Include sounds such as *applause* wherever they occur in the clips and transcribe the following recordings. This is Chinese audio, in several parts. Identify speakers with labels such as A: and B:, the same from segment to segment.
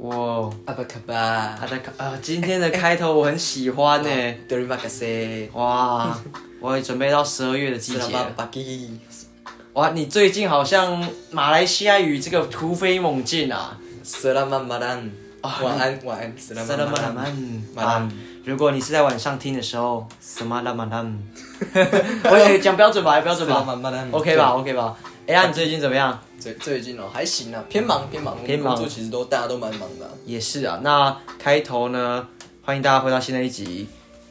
A: 哦，
B: 阿巴卡巴
A: 他，的啊，今天的开头我很喜欢呢、
B: 德瑞玛卡塞，
A: 哇，我也准备到十二月的季
B: 斯拉
A: 节
B: 巴
A: 了。
B: 巴基，
A: 哇，你最近好像马来西亚语这个突飞猛进啊！
B: 斯拉曼马兰，晚安晚安，斯拉
A: 萨拉
B: 曼
A: 马拉
B: 马兰，
A: 曼
B: 马兰
A: 啊！如果你是在晚上听的时候，萨马拉马兰，我也讲标准吧，标准
B: 斯拉曼
A: 吧
B: 马兰
A: ，OK 吧？OK 吧？哎呀，你最近怎么样？
B: 最最近哦，还行啊，偏忙偏忙，
A: 偏忙
B: 我们工作其实都大家都蛮忙的啊。
A: 也是啊。那开头呢，欢迎大家回到新的一集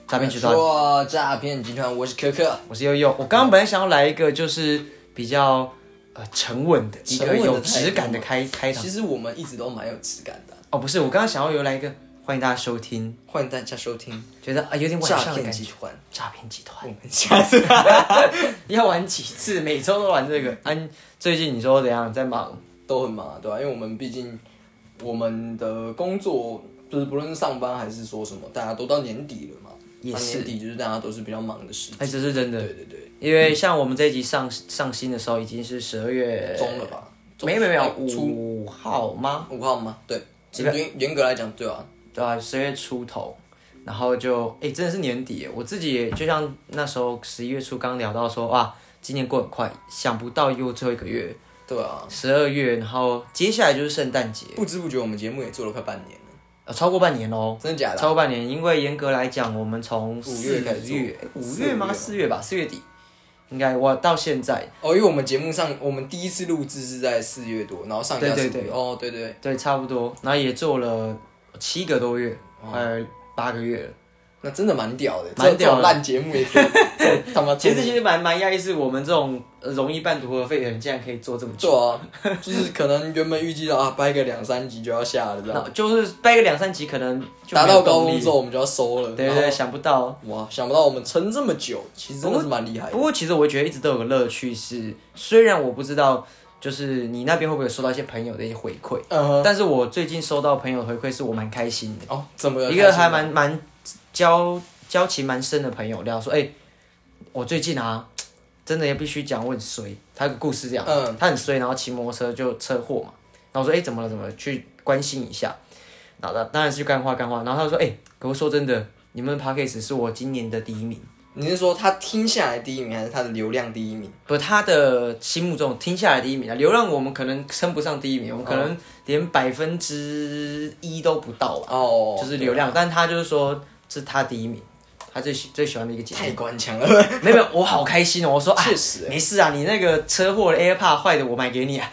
A: 《诈骗集团》。
B: 说诈骗集团，我是可可，
A: 我是悠悠。我刚刚本来想要来一个就是比较呃沉稳的一
B: 沉
A: 个
B: 稳的
A: 有
B: 态
A: 质
B: 度
A: 感的
B: 嘛
A: 开开场
B: 其。实我们一直都蛮有质感的啊，
A: 哦，不是，我刚刚想要有来一个欢迎大家收听，
B: 欢迎大家收听
A: 觉得啊有点晚
B: 诈
A: 上的
B: 骗
A: 感觉
B: 集。团，
A: 诈
B: *laughs*
A: 骗集团
B: 我们下 *laughs* 次嗯
A: 要玩几次？每周都玩这个。安、最近你说怎样在忙？
B: 都很忙啊，对吧、因为我们毕竟我们的工作就是不论是上班还是说什么，大家都到年底了嘛。
A: 也
B: 那
A: 是
B: 年底就是大家都是比较忙的时
A: 哎、
B: 间。
A: 这是真的，
B: 对对对，
A: 因为像我们这一集上上新的时候已经是十二月
B: 中了，吧？中
A: 呃没没没有
B: 哎初
A: 五号吗？
B: 五号吗？对，严严格来讲，对啊，
A: 对啊，十月出头，然后就哎、真的是年底耶。我自己也就像那时候十一月初刚聊到说，哇，今年过很快，想不到又最后一个月，
B: 对啊。
A: 十二月，然后接下来就是圣诞节，
B: 不知不觉我们节目也做了快半年了，
A: 呃，超过半年喽。
B: 真的假的啊
A: 超过半年，因为严格来讲，我们从
B: 五月开始
A: 四
B: 做
A: 月，诶五月吗？
B: 四
A: 四月吧，四月底，应该我到现在，
B: 啊？哦，因为我们节目上我们第一次录制是在四月多，然后上架
A: 对对
B: 是五月哦，对对对，
A: 对，差不多，然后也做了七个多月，呃，八个月了。
B: 那真的蛮屌的，
A: 蛮屌的
B: 这种烂节目也可以这种他妈
A: *laughs* 其实其实蛮蛮压抑，是我们这种呃容易半途而废的人，竟然可以做这么久。
B: 对啊，就是可能原本预计到啊，掰个两三集就要下了，这样
A: 那就是掰个两三集，可能就
B: 达
A: 没有
B: 到高
A: 动力
B: 峰之后我们就要收了。
A: 对对
B: 然
A: 对，想不到。
B: 后哇，想不到我们撑这么久，其实真的是蛮厉害的。
A: 不过其实我觉得一直都有个乐趣是，虽然我不知道就是你那边会不会有收到一些朋友的一些回馈，
B: 嗯哼，
A: 但是我最近收到朋友的回馈是我蛮开心
B: 哦，怎么
A: 的，
B: 了
A: 一个还蛮蛮交交情蛮深的朋友聊说，哎、我最近啊。真的也必须讲，我很衰。他有个故事这样，
B: 嗯
A: 他很衰，然后骑摩托车就车祸嘛。然后我说，哎、怎么了？怎么了？去关心一下。然后他当然是干话干话。然后他说，哎、可我说真的，你们的 p a c k a g e 是我今年的第一名。
B: 你是说他听下来第一名，还是他的流量第一名？
A: 不，他的心目中听下来第一名啊，流浪我们可能称不上第一名，我们可能连百分之一都不到吧，
B: 哦，
A: 啊就是流量。但他就是说，这是他第一名，他最喜最喜欢的一个节
B: 太官腔了，
A: 目。没有，没有我好开心哦！我说啊，
B: 确实欸
A: 没事啊，你那个车祸的 AirPod 坏的，我买给你啊，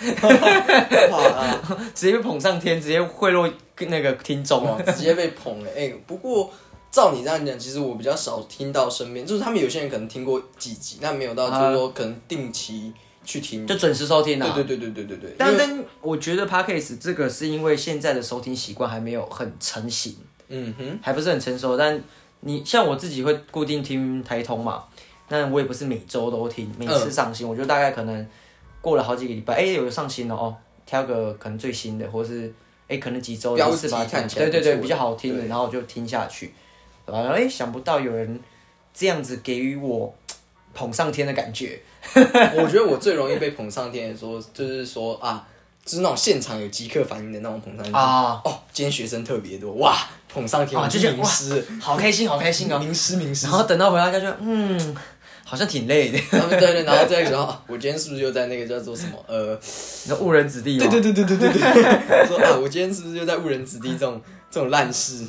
B: 哇
A: 直接被捧上天，直接贿赂那个 *laughs* 听众。啊
B: 哇，直接被捧了。哎，不过照你这样讲，其实我比较少听到身边，就是他们有些人可能听过几集，但没有到就是说可能定期去听。
A: 就准时收听啊！
B: 对对对对对对对，
A: 但但我觉得 Podcast 这个是因为现在的收听习惯还没有很成型。
B: 嗯哼，
A: 还不是很成熟，但你像我自己会固定听台通嘛，但我也不是每周都听，每
B: 嗯
A: 次上新，我就大概可能过了好几个礼拜，哎、有上新了哦，挑个可能最新的，或是哎、可能几周
B: 标
A: 有
B: 题
A: 次把它听完
B: 看起来
A: 对对对，
B: 不错
A: 比较好听的，然后我就听下去，对吧然后哎、想不到有人这样子给予我捧上天的感觉，
B: *laughs* 我觉得我最容易被捧上天的说，就是说啊，就是那种现场有即刻反应的那种捧上天
A: 啊
B: 哦，今天学生特别多哇，捧上天
A: 啊
B: 我
A: 就是觉得
B: 名师，
A: 好开心，好开心哦，
B: 名师名 *laughs* 师
A: 然。后等到回到家就嗯，好像挺累的，
B: 然后对对，然后这个时候，啊我今天是不是又在那个叫做什么呃
A: 你说误人子弟嘛，哦
B: 对对对对对对对，说啊，我今天是不是又在误人子弟这种这种烂事？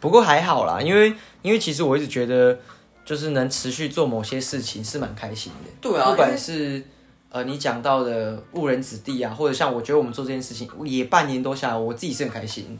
A: 不过还好啦，因为因为其实我一直觉得，就是能持续做某些事情是蛮开心的。
B: 对啊
A: 不管是呃你讲到的误人子弟啊，或者像我觉得我们做这件事情也半年多下来，我自己是很开心。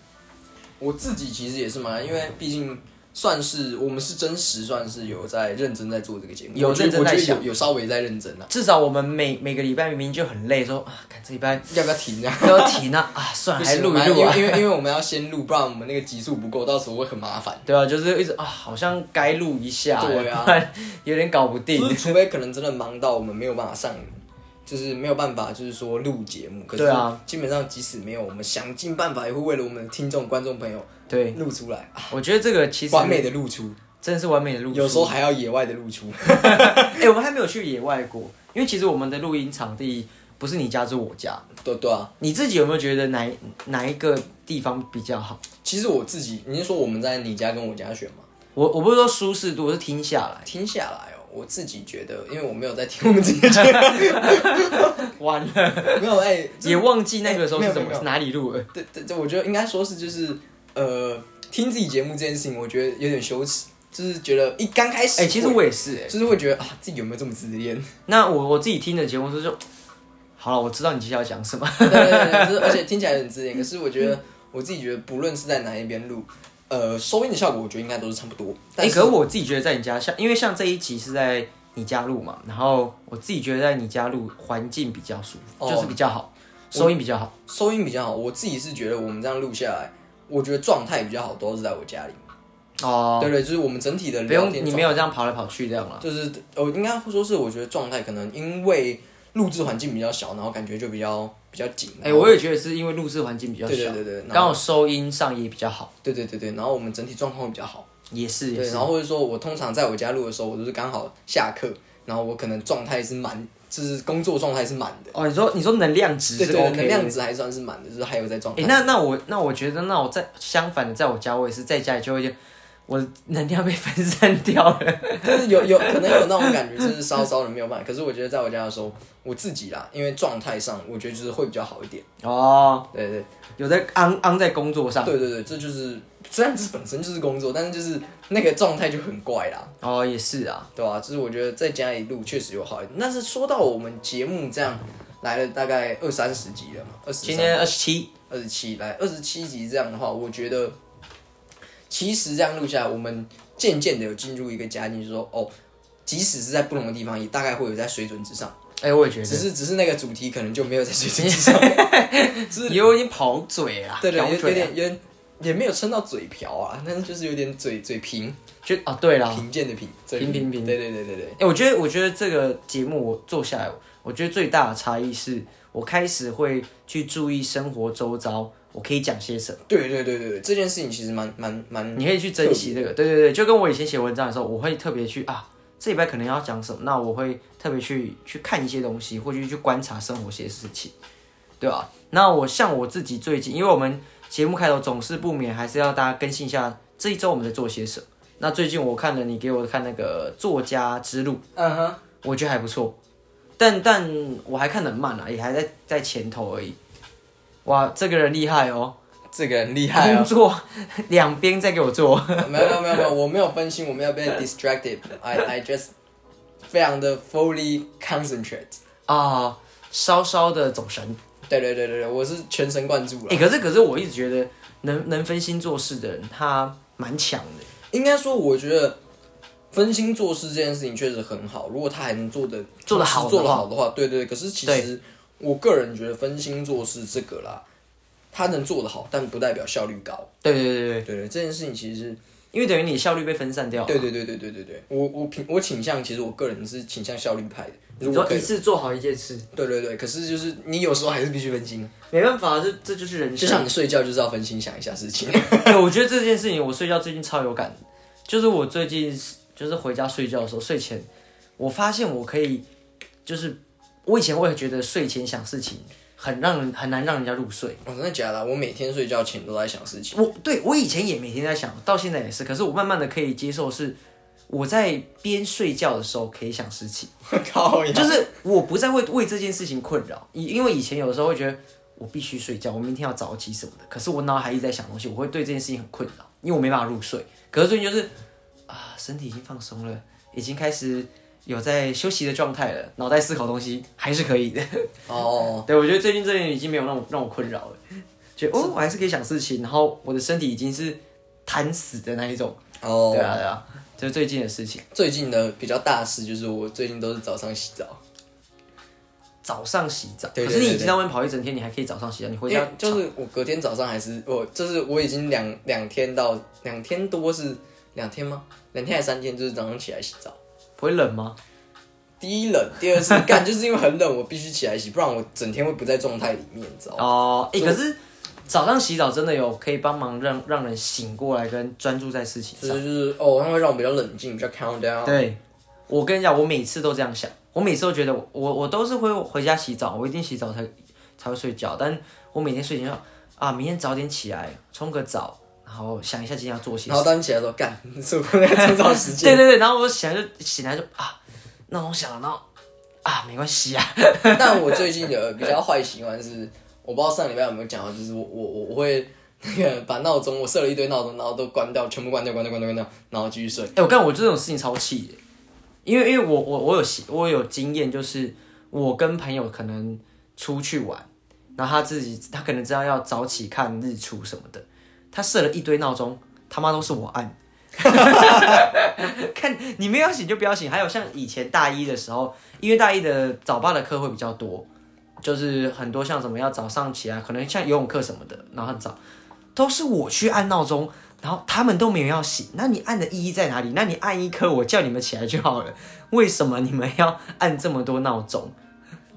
B: 我自己其实也是蛮，因为毕竟算是我们是真实，算是有在认真在做这个节目，
A: 有
B: 我觉得
A: 认真在
B: 我觉得
A: 想
B: 有有稍微在认真啊了、
A: 至少我们每每个礼拜明明就很累，说啊，看这礼拜
B: 要不要停啊？
A: 要停啊，啊，算了，还录一录
B: 不行
A: 啊
B: 反正。因为因为因为我们要先录，不然我们那个集数不够，到时候会很
A: *laughs*
B: 麻烦。
A: 对啊，就是一直啊，好像该录一下，
B: 对啊
A: 不然有点搞不定
B: 就。是除非可能真的忙到我们没有办法上，就是没有办法，就是说录节目。可是
A: 对啊
B: 基本上即使没有，我们想尽办法也会为了我们的听众、观众朋友
A: 对，
B: 录出来，
A: 我觉得这个其实
B: 完美的露出。
A: 真的是完美的录出。
B: 有时候还要野外的露出。 *laughs*
A: 哎、我们还没有去野外过，因为其实我们的录音场地不是你家就是我家。
B: 对对啊，
A: 你自己有没有觉得哪一哪一个地方比较好？
B: 其实我自己，你是说我们在你家跟我家选吗？
A: 我我不是说舒适度，我是听下
B: *laughs*
A: 来。
B: 听下来哦，我自己觉得，因为我没有在听我们自己的节目， *laughs*
A: 完了，
B: 没有哎，这
A: 也忘记那个时候
B: 哎
A: 是
B: 没有
A: 怎么、
B: 没有
A: 是哪里录的。
B: 对对对，我觉得应该说是就是呃，听自己节目这件事情，我觉得有点羞耻，就是觉得一刚开始
A: 哎、
B: 会，
A: 其实我也是、哎。
B: 就是会觉得啊，自己有没有这么自恋？
A: 那我我自己听的节目是就，好了，我知道你接下来要讲什么。
B: *laughs* 对对对对，就是而且听起来有点自恋，可是我觉得我自己觉得，不论是在哪一边录，呃，收音的效果我觉得应该都是差不多。
A: 哎、
B: *laughs* 但
A: 可是我自己觉得在你家，像因为像这一集是在你家录嘛，然后我自己觉得在你家录环境比较舒服，
B: 哦
A: 就是比较好，收音比较好。
B: 收音比较好，我自己是觉得我们这样录下来，我觉得状态比较好，都是在我家里。
A: 哦，
B: 对对，就是我们整体的
A: 不
B: 聊
A: 用
B: 天哦
A: 你没有这样跑来跑去这样了。
B: 就是我应该会说是，我觉得状态可能因为录制环境比较小，然后感觉就比较比较紧。
A: 哎、我也觉得是因为录制环境比较小，
B: 对对对对然后
A: 刚好收音上也比较好，
B: 对对对对，然后我们整体状况会比较好。
A: 也是也
B: 对，
A: 是。
B: 然后或者说我通常在我家录的时候，我都是刚好下课，然后我可能状态是满，就是工作状态是满的，
A: 哦，你说你说能量值
B: 对
A: 是
B: 对，
A: OK
B: 能
A: 的
B: 量值还算是满的，就是还有在状
A: 哎、
B: 态。
A: 那那我那我觉得，那我在相反的，在我家我也是在家里就会觉得我的能量被分散掉
B: *laughs*
A: 了。
B: 就是有有可能有那种感觉，就是稍稍的没有办法。可是我觉得在我家的时候，我自己啦，因为状态上我觉得就是会比较好一点。
A: 哦，
B: 对对
A: 有在昂昂在工作上。
B: 对对对，这就是虽然这本身就是工作，但是就是那个状态就很怪啦。
A: 哦，也是啊。
B: 对吧、就是我觉得在家里录确实有好一点，但是说到我们节目这样来了大概二三十集了嘛，二十
A: 今天二十七，
B: 二十七来二十七集这样的话，我觉得其实这样录下来，我们渐渐的有进入一个佳境，就是说哦，即使是在不同的地方，也大概会有在水准之上，
A: 哎，我也觉
B: 只
A: 得，
B: 是只是那个主题可能就没有在水准之上，是
A: 也有点跑嘴啦，
B: 对对，有
A: 瓢
B: 有
A: 嘴
B: 点
A: 啊，
B: 有点也没有撑到嘴瓢啊，但是就是有点嘴嘴平
A: 就啊，对啦。
B: 贫贱的贫，嘴
A: 平平平
B: 对对对对对，
A: 哎，我觉得，我觉得这个节目我做下来，我觉得最大的差异是我开始会去注意生活周遭，我可以讲些什么。
B: 对对对对对，这件事情其实蛮蛮蛮，
A: 你可以去珍惜这个，对对对，就跟我以前写文章的时候，我会特别去啊，这礼拜可能要讲什么，那我会特别去去看一些东西，或者去观察生活一些事情，对吧、那我像我自己最近，因为我们节目开头总是不免还是要大家更新一下这一周我们在做些什么。那最近我看了你给我看那个《作家之路》，
B: 嗯哼，
A: 我觉得还不错，但但我还看得很慢啊，也还在在前头而已。哇，这个人厉害哦，
B: 这个很厉害
A: 工
B: 啊！
A: 作两边在给我做。
B: 没有没有没有没有，我没有分心，我没有 *laughs* 被 distracted，I I just 非常的 fully concentrate。
A: 啊，稍稍的走神。
B: 对对对对对，我是全神贯注
A: 哎、
B: 了。
A: 可是可是我一直觉得能能分心做事的人，他蛮强的。
B: 应该说，我觉得分心做事这件事情确实很好，如果他还能做的
A: 做得好的话
B: 做得好的话，对对对。可是其实我个人觉得分心做事这个啦，他能做得好，但不代表效率高。
A: 对对对对，
B: 对对，这件事情其实是
A: 因为等于你效率被分散掉。
B: 对对对对对对对，我我倾我倾向，其实我个人是倾向效率派的。如
A: 你
B: 果
A: 说
B: 可
A: 一
B: 以，
A: 次做好一件事，
B: 对对对，可是就是你有时候还是必须分心，
A: 没办法，这这就是人
B: 就
A: 生。
B: 像你睡觉就是要分心想一下事情。
A: *laughs* 对，我觉得这件事情，我睡觉最近超有感的，就是我最近就是回家睡觉的时候，睡前我发现我可以，就是我以前会觉得睡前想事情很让人很难让人家入睡。
B: 哦，真的假的啊？我每天睡觉前都在想事
A: *laughs*
B: 情。
A: 我对我以前也每天在想，到现在也是，可是我慢慢的可以接受是，我在边睡觉的时候可以想事情，
B: 靠呀！
A: 就是我不再会为这件事情困扰，因因为以前有的时候会觉得我必须睡觉，我明天要早起什么的，可是我脑海一直在想东西，我会对这件事情很困扰，因为我没办法入睡。可是最近就是啊，身体已经放松了，已经开始有在休息的状态了，脑袋思考东西还是可以的。 *laughs*
B: 哦，
A: 对，我觉得最近这点已经没有让我让我困扰了，觉得哦，我还是可以想事情，然后我的身体已经是弹死的那一种。
B: 哦
A: 对啊，对啊，就是最近的事情。
B: 最近的比较大事就是我最近都是早上洗澡，
A: 早上洗澡，
B: 对
A: 可
B: 对
A: 是你
B: 对
A: 已经在外面跑一整天，你还可以早上洗澡，你回
B: 因为
A: 家
B: 就是我隔天早上还是我，就是我已经两两天到两天多是两天吗？两天还是三天，就是早上起来洗澡。
A: 不会冷吗？
B: 第一冷，第二是干，就是因为很冷，我必须起来洗，不然我整天会不在状态里面，你知道吗？
A: 哦，哎，可是早上洗澡真的有可以帮忙让让人醒过来，跟专注在事情
B: 就
A: 上。
B: 是就是哦，它会让我比较冷静，比较 calm down。
A: 对，我跟你讲，我每次都这样想，我每次都觉得我我我都是会回家洗澡，我一定洗澡才才会睡觉，但我每天睡前就啊，明天早点起来冲个澡，然后想一下今天要做些
B: *laughs* 然后当你起来的时候，干，是我在创造时间。
A: 对对对，然后我醒来就醒来就啊，闹钟响了，然后啊没关系啊，
B: *laughs* 但我最近的比较坏习惯是，我不知道上礼拜有没有讲到，就是我我我我会 *laughs* 那个把闹钟，我设了一堆闹钟，然后都关掉，全部关掉，关掉，关掉，关掉，然后继续睡。
A: 哎、我干我这种事情超气的，因为因为我我我有习我有经验，就是我跟朋友可能出去玩，然后他自己他可能知道要早起看日出什么的，他设了一堆闹钟，他妈都是我按。 *laughs* 看你们要醒就不要醒。还有像以前大一的时候，因为大一的早八的课会比较多，就是很多像什么要早上起来，可能像游泳课什么的，然后很早，都是我去按闹钟，然后他们都没有要醒。那你按的意义在哪里？那你按一颗，我叫你们起来就好了。为什么你们要按这么多闹钟？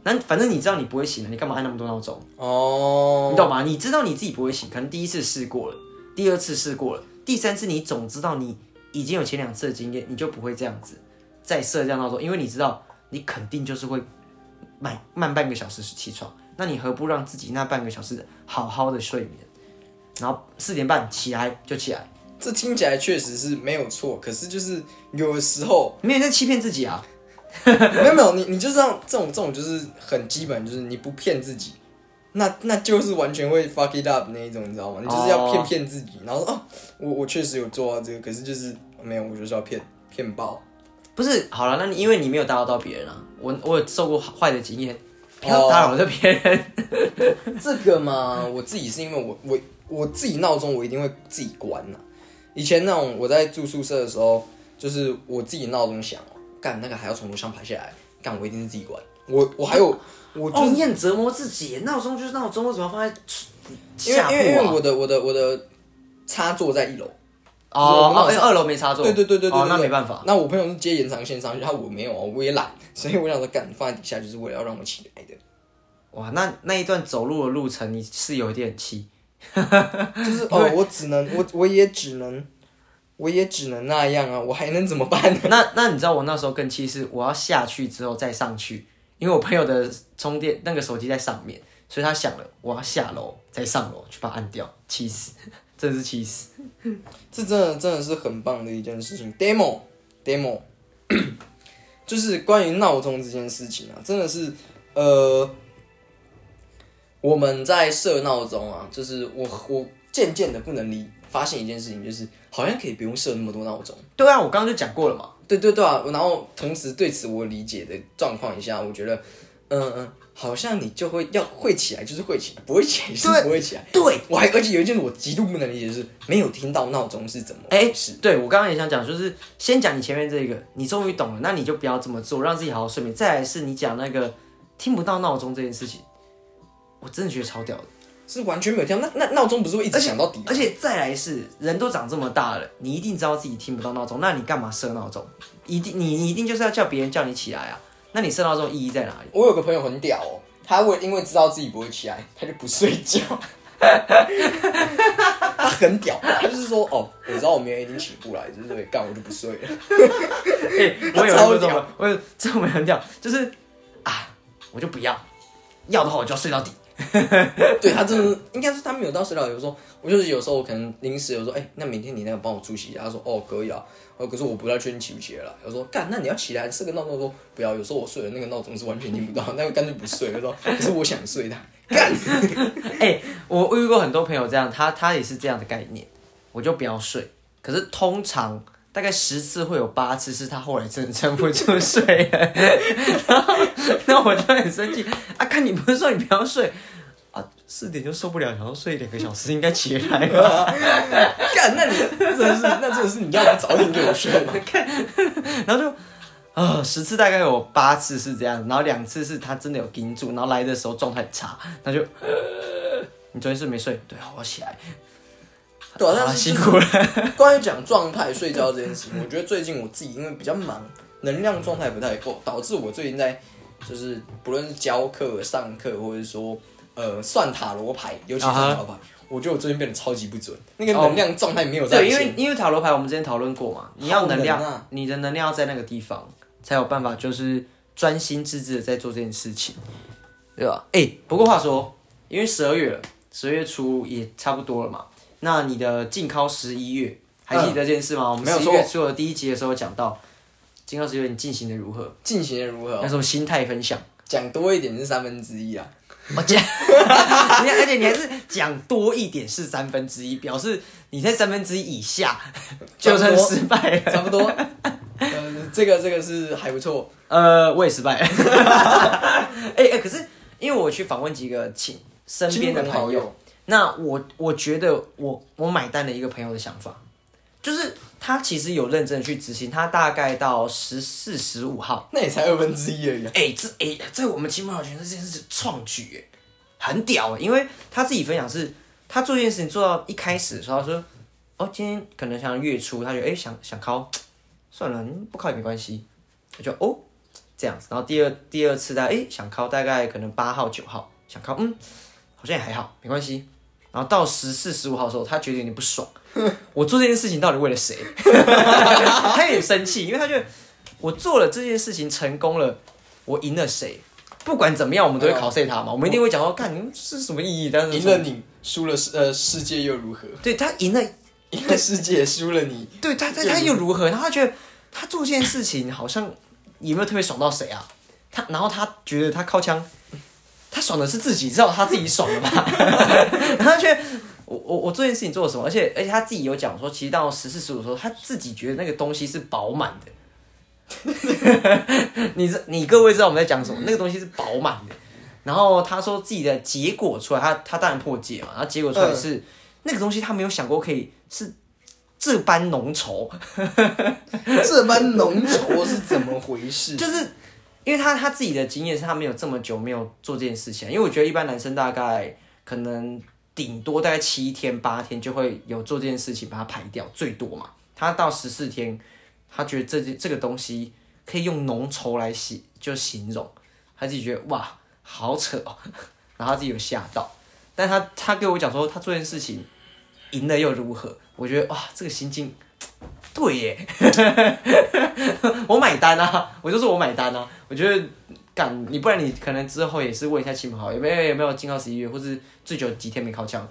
A: 那反正你知道你不会醒的，你干嘛按那么多闹钟？
B: 哦，
A: 你懂吗？你知道你自己不会醒，可能第一次试过了，第二次试过了，第三次你总知道你已经有前两次的经验，你就不会这样子再设这样闹钟，因为你知道你肯定就是会慢慢半个小时起床，那你何不让自己那半个小时好好的睡眠，然后四点半起来就起来，
B: 这听起来确实是没有错，可是就是有的时候 *laughs*
A: 没有人在欺骗自己啊。
B: 没有没有，你你就是让这种这种就是很基本，就是你不骗自己，那那就是完全会 fuck it up 那一种，你知道吗？你就是要骗骗自己，然后说哦，我我确实有做到这个，可是就是没有，我就是要骗骗爆。
A: 不是，好了，那你因为你没有打扰到别人啊，我我有受过坏的经验，不要打扰到别人。
B: *laughs* 这个嘛，我自己是因为我我我自己闹钟我一定会自己关呐、以前那种我在住宿舍的时候，就是我自己闹钟响哦，干那个还要从楼上爬下来，干我一定是自己关。我我还有我就
A: 哦，你很折磨自己，闹钟就是闹钟，为什么要放在
B: 因为
A: 下
B: 因为因为
A: 部啊？
B: 我的我的我的插座在一楼。
A: 哦，
B: 我
A: 哦因为二楼没插座。
B: 对对对对对
A: 哦，
B: 对
A: 那
B: 对
A: 没办法。
B: 那我朋友是接延长线上去，他我没有啊，我也懒， *laughs* 所以我想说干放在底下就是为了要让我起来的，
A: 哇，哦那那一段走路的路程，你是有一点气。
B: 就是哦，我只能我我也只能我也只能那样啊，我还能怎么办？
A: 那那你知道我那时候更气是，我要下去之后再上去，因为我朋友的充电那个手机在上面，所以他想了，我要下楼再上楼去把它按掉，气死，真的是气死。
B: 这真的真的是很棒的一件事情。demo demo，就是关于闹钟这件事情啊，真的是呃，我们在设闹钟啊，就是我我渐渐的不能理发现一件事情，就是好像可以不用设那么多闹钟。
A: 对啊，我刚刚就讲过了嘛。
B: 对对对啊，然后同时对此我理解的状况一下，我觉得，嗯嗯，好像你就会要会起来，就是会起来，不会起来就是不会起来。
A: 对，
B: 我还而且有一件我极度不能理解的是，没有听到闹钟是怎么
A: 哎
B: 回事。，
A: 对我刚刚也想讲，就是先讲你前面这个，你终于懂了，那你就不要这么做，让自己好好睡眠。再来是你讲那个听不到闹钟这件事情，我真的觉得超屌的。
B: 是完全没有听到，那那闹钟不是会一直响到底吗？
A: 而且再来是，人都长这么大了，你一定知道自己听不到闹钟，那你干嘛设闹钟？一定你你一定就是要叫别人叫你起来啊？那你设闹钟意义在哪里？ *laughs*
B: 我有个朋友很屌哦，他为因为知道自己不会起来，他就不睡
A: *laughs*
B: 觉。他很屌，他就是说哦，我知道我明天一定醒不来，就是对干我就不睡了。
A: *laughs* 哎、我有
B: 超
A: 那种
B: 屌，
A: 我有这种很屌，就是啊，我就不要，要的话我就要睡到底。
B: 对他真的是应该是他没有到睡到，有时候我就是有时候我可能临时有时候哎、那明天你那个帮我出席一下，他说哦可以啊，哦可是我不太确定起不起来了。我说干，那你要起来设个闹钟，我说不要，有时候我睡了那个闹钟是完全听不到，那个干脆不睡。我说可是我想睡的， *laughs* 干，
A: 哎、我遇过很多朋友这样，他他也是这样的概念，我就不要睡。可是通常大概十次会有八次是他后来真的撑不住睡了， *laughs* 然后那我就很生气啊！看你不是说你不要睡啊，四点就受不了，然后睡两个小时应该起来了。
B: *laughs*
A: *laughs*
B: 干，那你真的是那真的是你要不早点给我睡
A: *laughs*
B: 嘛？
A: 然后就啊、十次大概有八次是这样，然后两次是他真的有盯住，然后来的时候状态很差，那就、 *laughs* 呃、你昨天是没睡，对啊，我起来，
B: 对啊，
A: 啊，
B: 但是
A: 辛苦了。
B: 关于讲状态睡觉这件事情，我觉得最近我自己因为比较忙，能量状态不太够，导致我最近在就是不论是教课、上课，或者是说呃算塔罗牌，尤
A: 啊
B: 其是算塔罗牌我觉得我最近变得超级不准，那个能量状态没有在
A: 哦对，
B: 线。
A: 因为因为塔罗牌我们之前讨论过嘛，你要能量，
B: 好冷啊
A: 你的能量要在那个地方才有办法，就是专心致志的在做这件事情，对吧？哎、不过话说，因为十二月了，十二月初也差不多了嘛。那你的禁考十一月，还记得这件事吗？我们
B: 嗯没有
A: 十一月初的第一集的时候讲到禁考十一月你进行的如何，
B: 进行的如何？哦
A: 那时候心态分享。
B: 讲多一点是三分之一啊。
A: 我讲， *laughs* 你看而且你还是讲多一点是三分之一，表示你在三分之一以下就算失败了。
B: 差
A: *laughs*
B: 不多。呃，这个这个是还不错，
A: 呃，我也失
B: *laughs*
A: 败了。哎、哎、可是因为我去访问几个亲身边的
B: 亲朋好
A: 朋友，那我我觉得我我买单了一个朋友的想法，就是他其实有认真的去执行，他大概到十四十五号，
B: 那也才二分之一而已啊、
A: 哎、这哎、在我们金马圈这件事创举，哎，很屌哎、因为他自己分享是，他做这件事情做到一开始的时候，他说，哦，今天可能想月初，他觉得哎、想想考，算了，嗯不考也没关系，我就哦这样子，然后第二第二次大概哎、想考，大概可能八号九号想考，嗯，好像也还好，没关系。然后到十四、十五号的时候，他觉得有点不
B: *laughs*
A: 爽，我做这件事情到底为了谁？ *laughs* 他有点生气，因为他觉得我做了这件事情成功了，我赢了谁？不管怎么样，我们都会考碎他嘛，我们一定会讲说，干，你们是什么意义？但是
B: 嗯赢了你，输了世呃世界又如何？ *laughs*
A: 对他赢了，
B: 赢了世界，输了你，
A: 对他他他又如何？然后他觉得他做这件事情好像也没有特别爽到谁啊。他然后他觉得他靠枪，他爽的是自己，知道他自己爽了吧？然后他觉得我我我做这件事情做了什么？而且而且他自己有讲说，其实到十四十五的时候，他自己觉得那个东西是饱满的。 *laughs* 你知你各位知道我们在讲什么？那个东西是饱满的。然后他说自己的结果出来，他他当然破解嘛，然后结果出来是、那个东西，他没有想过可以是这般浓稠，
B: *laughs* 这般浓稠是怎么回事？
A: 就是因为他他自己的经验是他没有这么久没有做这件事情，因为我觉得一般男生大概可能顶多大概七天八天就会有做这件事情把它排掉，最多嘛，他到十四天，他觉得这件这个东西可以用浓稠来形就形容，他自己觉得哇好扯哦， *laughs* 然后他自己有吓到，但他他跟我讲说他做这件事情赢了又如何，我觉得哇这个心境。对耶， *laughs* 我买单啊！我就说我买单啊！我觉得干你，不然你可能之后也是问一下亲朋好友，有没有有没有进到十一月，或是最久几天没靠枪。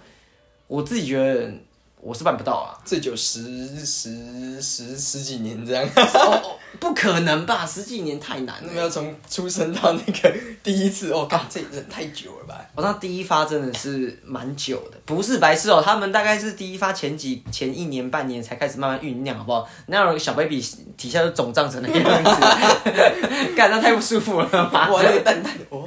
A: 我自己觉得我是办不到
B: *laughs*
A: 啊，
B: *laughs* 最久十十十十几年这样， *laughs*
A: 哦不可能吧？十几年太难
B: 那
A: 了。
B: 么要从出生到那个第一次，哦，靠，这人太久了 *laughs* 吧？
A: 我那第一发真的是蛮久的，不是白痴哦，他们大概是第一发前几前一年半年才开始慢慢酝酿，好不好？那种小 baby 底下就肿胀成那个样子，干那太不舒服了吧？
B: 哇，那个蛋蛋， *laughs* 哦，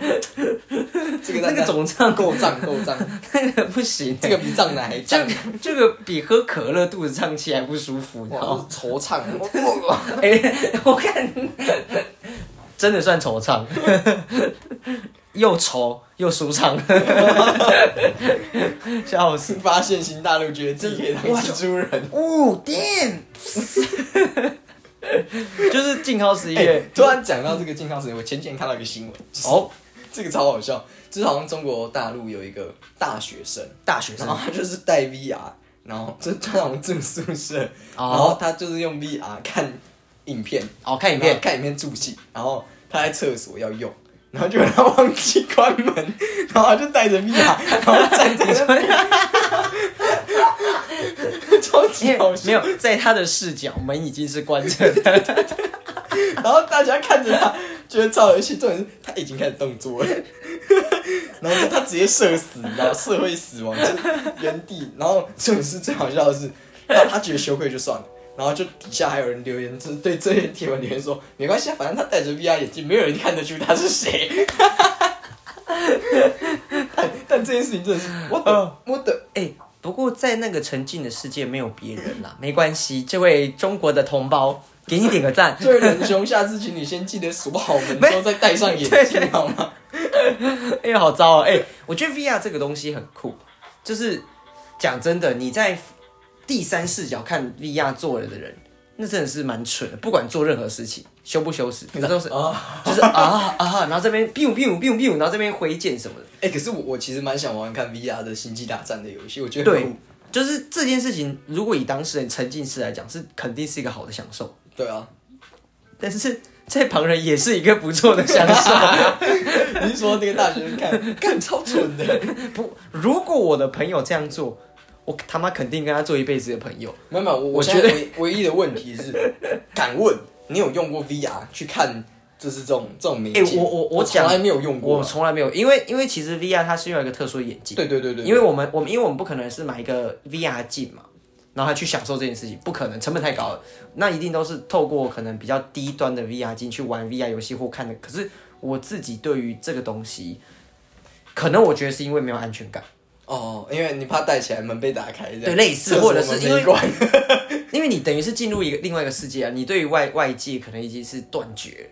B: 这个
A: 那
B: 蛋
A: 个
B: 蛋
A: 肿胀
B: 够胀够胀，
A: 那个不行，
B: 这个比胀奶还
A: *laughs* 这
B: *laughs* 胀
A: 个，这个比喝可乐肚子胀气还不舒服，你知道
B: 哇
A: 吗？，
B: 惆 *laughs* 怅，哇
A: 哎、 *laughs* 我看真的算惆怅， *laughs* 又愁又舒畅， *laughs* 笑死！
B: 发现新大陆，觉得自己 *laughs* 可以当蜘蛛人。
A: 哦，damn！就是静靠十一
B: 哎、
A: 月、
B: 突然讲到这个健康时间，我前几天看到一个新闻，
A: 哦，
B: 这个超好笑，就是好像中国大陆有一个大学生，
A: 大学生
B: 然后他就是带 VR，然后就他好像住宿舍，然后他就是用 VR 看影片，
A: 哦，看影
B: 然后
A: 片，
B: 看影片助记，然后他在厕所要用。然后就他忘记关门，然后他就带着 VR，然后站在那边，超级
A: 因
B: 好
A: 为
B: 笑
A: *laughs* 没。有在他的视角，门已经是关着的，
B: *laughs* 然后大家看着他，觉得超有趣。重点是他已经开始动作 *laughs* 了，然后他直接射死，你知道，社会死亡就是原地。然后重点是最好笑的是，然后他觉得羞愧就算了。然后就底下还有人留言，就是对这些贴文留言说没关系啊，反正他戴着 VR 眼镜，没有人看得出他是谁。但但这件事情真的是我的我的
A: 哎、不过在那个沉浸的世界没有别人啦， *laughs* 没关系。这位中国的同胞，给你点个赞。
B: 这位仁兄，下次请你先记得锁好门，之后再戴上 *laughs* 眼
A: 对
B: 镜好吗？
A: 哎、好糟哦！哎、我觉得 VR 这个东西很酷，就是讲真的，你在第三视角看 VR 做了的人，那真的是蛮蠢的。不管做任何事情，羞不羞耻，那都是
B: 啊，
A: 就是啊啊，然后这边 biu biu biu biu，然后这边挥剑什么的。
B: 哎、可是我我其实蛮想玩玩看 VR 的星际大战的游戏，我觉得很
A: 对
B: 酷，
A: 就是这件事情，如果以当事人沉浸式来讲，是肯定是一个好的享受。
B: 对啊，
A: 但是在旁人也是一个不错的享受。
B: *laughs* 你是说那个大学生看，看超蠢的？
A: 不，如果我的朋友这样做，我他妈肯定跟他做一辈子的朋友。
B: 没有没有，我
A: 我
B: 现
A: 觉
B: 在唯唯一的问题是，敢问你有用过 VR 去看，就是这种这种媒介？
A: 哎我我我
B: 从
A: 讲
B: 来没有用过
A: 我
B: 啊。
A: 从来没有，因为因为其实 VR 它是用一个特殊的眼镜，
B: 对对对对，
A: 因为我们我们因为我们不可能是买一个 VR 镜嘛，然后还去享受这件事情，不可能，成本太高了。那一定都是透过可能比较低端的 VR 镜去玩 VR 游戏或看的。可是我自己对于这个东西，可能我觉得是因为没有安全感，
B: 哦，因为你怕戴起来门被打开这样，
A: 对类似
B: 厕所
A: 或者是
B: 门
A: 因为 *laughs*
B: 没关
A: 因为你等于是进入一个另外一个世界啊，你对于外外界可能已经是断绝。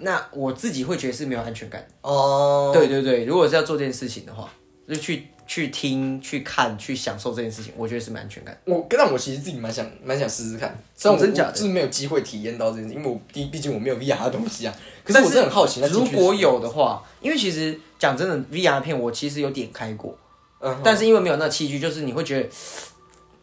A: 那我自己会觉得是没有安全感。
B: 哦，
A: 对对对，如果是要做这件事情的话，就去去听、去看、去享受这件事情，我觉得是没安全感。
B: *laughs* 我但我其实自己蛮想蛮想试试看，虽然我
A: 哦真假的
B: 我就是没有机会体验到这件事，因为我毕毕竟我没有 VR 的东西啊。可
A: 但
B: 我真的很好奇，那
A: 如
B: 进去
A: 果
B: 是
A: 有的话，因为其实讲真的，VR 片我其实有点开过，
B: 嗯，
A: 但是因为没有那个器具，就是你会觉得，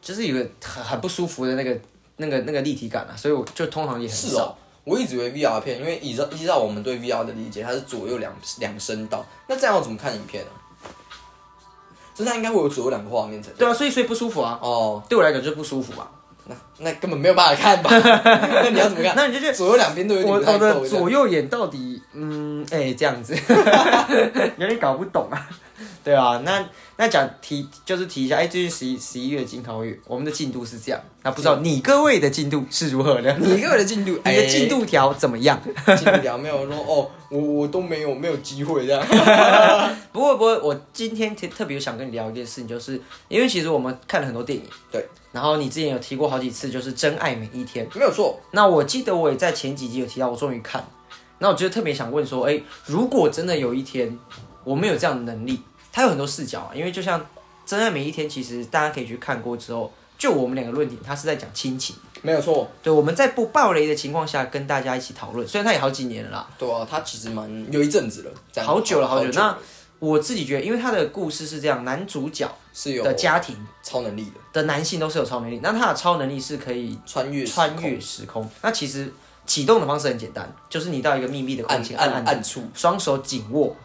A: 就是有个很很不舒服的那个那个那个立体感啊，所以我就通常也很
B: 是
A: 少。
B: 哦，我一直以为 VR 片，因为依照依照我们对 VR 的理解，它是左右两两声道，那这样要怎么看影片呢、就它应该会有左右两个画面才对
A: 对啊，所以所以不舒服啊，
B: 哦，
A: 对我来讲就不舒服啊嘛。
B: 那那根本没有办法看吧？ *laughs* 那你要怎么看？
A: 那你就觉得
B: 左右两边都有
A: 我
B: 点不太
A: 我
B: 够
A: 的
B: 这样。
A: 左右眼到底，嗯，哎、这样 *laughs* 子，有点搞不懂啊。对啊，那那讲提就是提一下，哎、最近十一十一月金考月，我们的进度是这样，那不知道你各位的进度是如何 *laughs* 呢？
B: 你一个人的进度，
A: 你
B: 哎
A: 的进度条怎么样？
B: 进度聊没有说哦，我我都没有没有机会这样。
A: *laughs* 不过不过，我今天特特别想跟你聊一件事情，就是因为其实我们看了很多电影，
B: 对，
A: 然后你之前有提过好几次，就是《真爱每一天》。
B: 没有错，
A: 那我记得我也在前几集有提到，我终于看了。那我就特别想问说，哎、如果真的有一天我们有这样的能力，它有很多视角啊，因为就像《真爱每一天》，其实大家可以去看过之后，就我们两个论点，它是在讲亲情。
B: 没有错。
A: 对，我们在不暴雷的情况下跟大家一起讨论，虽然它也好几年了啦，
B: 对啊，他其实蛮有一阵子了，这样
A: 好久了，好久。
B: 了
A: 那我自己觉得，因为它的故事是这样，男主角
B: 是有
A: 的家庭
B: 超能力的，
A: 的男性都是有超能力，那他的超能力是可以
B: 穿越时空
A: 穿越时空。那其实启动的方式很简单，就是你到一个秘密的空
B: 暗
A: 间，
B: 暗
A: 按按，
B: 暗处
A: 双手紧握，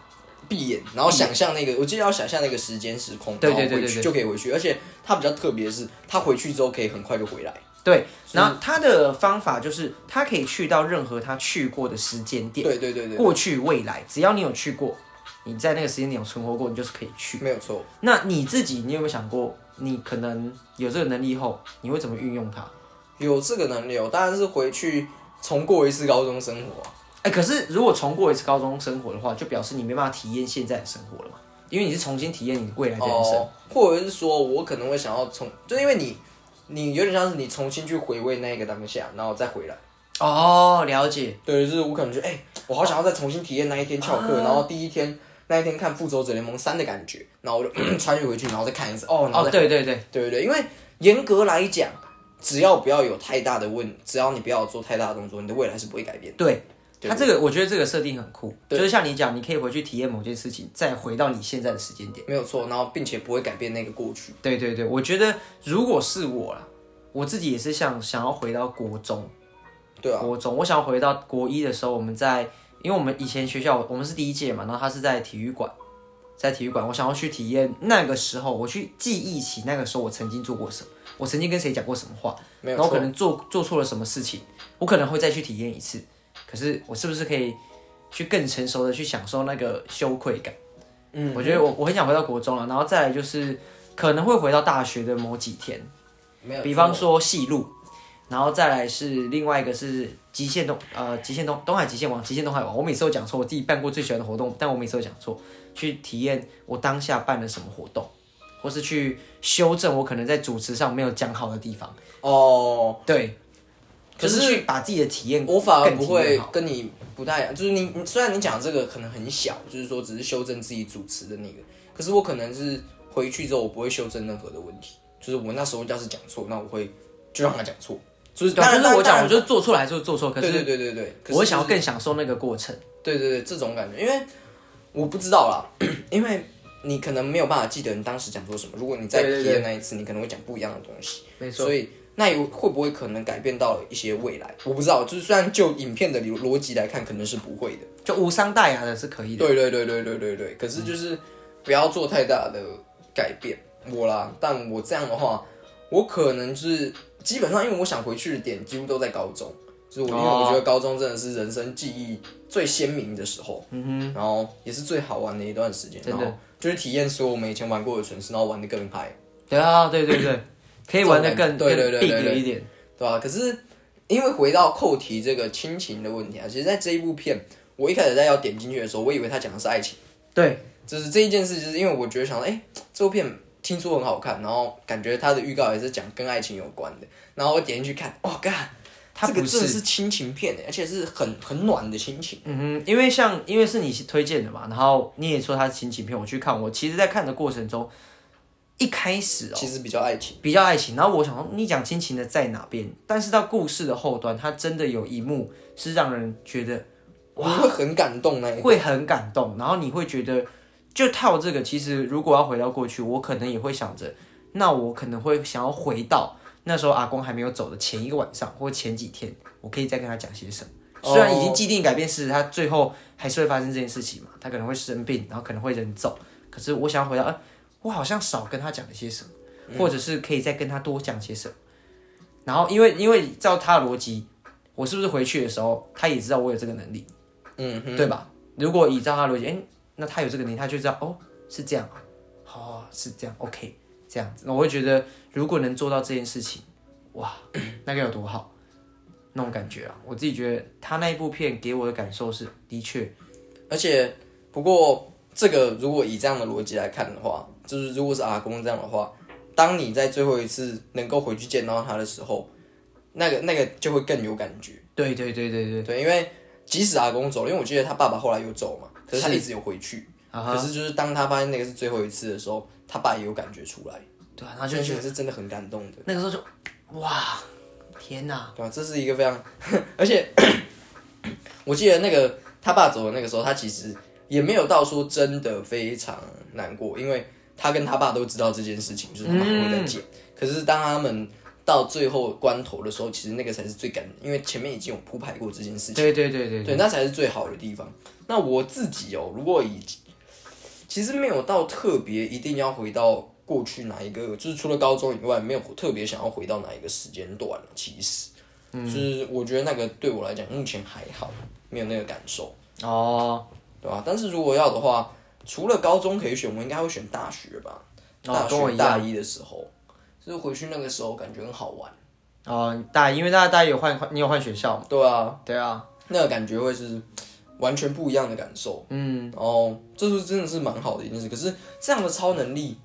B: 闭眼，然后想象那个，我记得要想象那个时间时空，
A: 对
B: 然后
A: 对对
B: 回
A: 对
B: 去就可以回去。而且它比较特别的是，它回去之后可以很快就回来。
A: 对。然后他的方法就是，他可以去到任何他去过的时间点，
B: 对对对对，
A: 过去、未来，只要你有去过，你在那个时间点有存活过，你就是可以去。
B: 没有错。
A: 那你自己，你有没有想过，你可能有这个能力后，你会怎么运用它？
B: 有这个能力哦，我当然是回去重过一次高中生活啊、
A: 哎、可是如果重过一次高中生活的话，就表示你没办法体验现在的生活了嘛，因为你是重新体验你未来的人生。
B: 哦，或者是说我可能会想要重，就是因为你，你有点像是你重新去回味那个当下，然后再回来。
A: 哦，了解。
B: 对，就是我可能觉得，哎、我好想要再重新体验那一天翘课，
A: 啊
B: 然后第一天那一天看《复仇者联盟三》的感觉，然后我就 *coughs* 穿越回去，然后再看一次，哦，然后
A: 哦，
B: 再、
A: 对对对，
B: 对对对，因为严格来讲，只要不要有太大的问，只要你不要做太大的动作，你的未来是不会改变的。
A: 对，
B: 对
A: 它这个我觉得这个设定很酷，就是像你讲，你可以回去体验某件事情，再回到你现在的时间点。
B: 没有错，然后并且不会改变那个过去。
A: 对对对，我觉得如果是我啦，我自己也是想想要回到国中，
B: 对啊，
A: 国中，我想要回到国一的时候，我们在，因为我们以前学校我们是第一届嘛，然后他是在体育馆，在体育馆，我想要去体验那个时候，我去记忆起那个时候我曾经做过什么，我曾经跟谁讲过什么话，
B: 没有
A: 然后
B: 错，
A: 可能做做错了什么事情，我可能会再去体验一次。可是我是不是可以去更成熟的去享受那个羞愧感？
B: 嗯，
A: 我觉得我我很想回到国中啊了，然后再来就是可能会回到大学的某几天，
B: 没有错，
A: 比方说戏路，然后再来是另外一个是极限东呃极限东东海极限王极限东海王，我每次都讲错，我自己办过最喜欢的活动，但我每次都讲错，去体验我当下办了什么活动，或是去修正我可能在主持上没有讲好的地方。
B: 哦，
A: 对，
B: 可
A: 可
B: 是
A: 是去把自己的体验
B: 我反而
A: 更
B: 不
A: 体
B: 会
A: 验好
B: 跟你不太一样，就是你你虽然你讲这个可能很小，就是说只是修正自己主持的那个，可是我可能是回去之后我不会修正任何的问题，就是我那时候要是讲错，那我会就让他讲错，就是
A: 对啊
B: 当然
A: 就是我讲，
B: 当
A: 我
B: 然
A: 就是做错了还是会做错，可
B: 对对
A: 是
B: 对对对，可是
A: 我会想要
B: 就是
A: 更享受那个过程。
B: 对对对这种感觉，因为我不知道啦， *clears throat* 因为你可能没有办法记得你当时讲错什么，如果你再
A: 对对
B: 体
A: 对
B: 验那一次，你可能会讲不一样的东西，
A: 没
B: 所以那有会不会可能改变到了一些未来？我不知道，就是虽然就影片的逻逻辑来看，可能是不会的。
A: 就无伤大雅的是可以的。
B: 对对对对对对对，可
A: 嗯
B: 是就是不要做太大的改变，我啦，但我这样的话，我可能就是基本上，因为我想回去的点几乎都在高中，就是我因为
A: 哦
B: 我觉得高中真的是人生记忆最鲜明的时候，
A: 嗯哼，
B: 然后也是最好玩的一段时间，
A: 真
B: 然
A: 的
B: 后就是体验所有我们以前玩过的城市，然后玩的更嗨，
A: 对啊，对对
B: *clears throat*
A: 对，可以玩的更
B: 对对
A: 更
B: 对
A: big
B: 对对
A: 一点。
B: 对吧、可是因为回到扣题这个亲情的问题啊，其实在这一部片，我一开始在要点进去的时候，我以为他讲的是爱情。
A: 对，
B: 就是这一件事，就是因为我觉得想说，哎、这部片听说很好看，然后感觉它的预告也是讲跟爱情有关的，然后我点进去看，哇、哦，干，
A: 它
B: 这个
A: 不
B: 真的
A: 是
B: 是亲情片诶，而且是很很暖的亲情。
A: 嗯哼，因为像因为是你推荐的嘛，然后你也说它是情景片，我去看，我其实在看的过程中，一开始哦
B: 其实比较爱情，
A: 比较爱情，然后我想说你讲亲情的在哪边，但是到故事的后端，它真的有一幕是让人觉得
B: 你会很感动欸那一
A: 会很感动，然后你会觉得，就套这个，其实如果要回到过去，我可能也会想着，那我可能会想要回到那时候阿公还没有走的前一个晚上或前几天，我可以再跟他讲些什么。虽然已经既定改变事实，他最后还是会发生这件事情嘛，他可能会生病，然后可能会人走，可是我想要回到，呃，我好像少跟他讲了些什么，或者是可以再跟他多讲些什么。然后因为因为照他的逻辑，我是不是回去的时候，他也知道我有这个能力。
B: 嗯哼，
A: 对吧？如果依照他的逻辑，哎、那他有这个能力，他就知道哦，是这样啊，哦，是这样，OK，这样子，那我会觉得如果能做到这件事情，
B: *clears throat*
A: 哇，那该有多好，那种感觉啊，我自己觉得他那一部片给我的感受是，的确，
B: 而且不过这个如果以这样的逻辑来看的话，就是如果是阿公这样的话，当你在最后一次能够回去见到他的时候，那个那个就会更有感觉。
A: 对对对对对，
B: 对，因为即使阿公走了，因为我记得他爸爸后来又走嘛，可是他
A: 是
B: 一直有回去。
A: 啊
B: 可
A: 哈，
B: 是就是当他发现那个是最后一次的时候，他爸也有感觉出来，
A: 对啊，然
B: 他
A: 后就
B: 就
A: 觉
B: 觉
A: 得
B: 得是真的很感动的，
A: 那个时候就，哇，天哪、
B: 对吧、啊这是一个非常，而且 *coughs* 我记得那个他爸走的那个时候，他其实也没有到说真的非常难过，因为他跟他爸都知道这件事情，就是他们还会再
A: 嗯
B: 见。可是当他们到最后关头的时候，其实那个才是最感，因为前面已经有铺排过这件事情。
A: 对对对对
B: 对，那才是最好的地方。那我自己哦，如果以其实没有到特别一定要回到过去哪一个，就是除了高中以外，没有特别想要回到哪一个时间段了。其实，
A: 嗯
B: 就是我觉得那个对我来讲目前还好，没有那个感受，
A: 哦，
B: 对吧、但是如果要的话，除了高中可以选，我应该会选大学吧。
A: 哦
B: 大，
A: 跟我
B: 学
A: 一
B: 大
A: 样，
B: 一的时候，就是回去那个时候感觉很好玩，
A: 哦，大一，因为大家大一有换换，你有换学校嘛？
B: 对啊，
A: 对啊，
B: 那个感觉会是完全不一样的感受。嗯，哦，这是真的是蛮好的一件事。可是这样的超能力，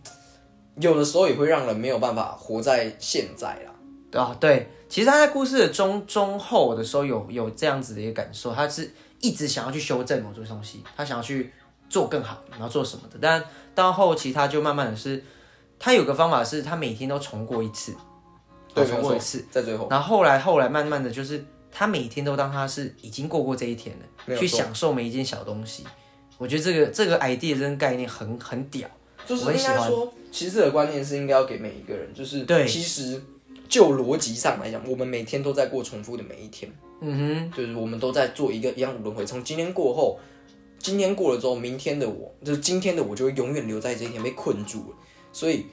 B: 有的时候也会让人没有办法活在现在啦。
A: 啊，对，其实他在故事的中中后的时候有有这样子的一个感受，他是一直想要去修正某些东西，他想要去做更好，然后做什么的。但到后期他就慢慢的是，他有个方法是他每天都重过一次，哦
B: 对，
A: 重
B: 没
A: 过
B: 有
A: 一次，
B: 错，在最后，
A: 然后后来后来慢慢的就是他每天都当他是已经过过这一天
B: 没
A: 了，去
B: 有
A: 享受每一件小东西。我觉得这个这个 idea 真的概念很很屌，
B: 就是
A: 我很
B: 应
A: 喜
B: 该
A: 欢
B: 说，其实这个观念是应该要给每一个人，就是
A: 对
B: 其实就逻辑上来讲，我们每天都在过重复的每一天，
A: 嗯
B: 就是我们都在做一个一样的轮回。从今天过后。今天过了之后，明天的我，就是今天的我，就会永远留在这一天被困住了。所以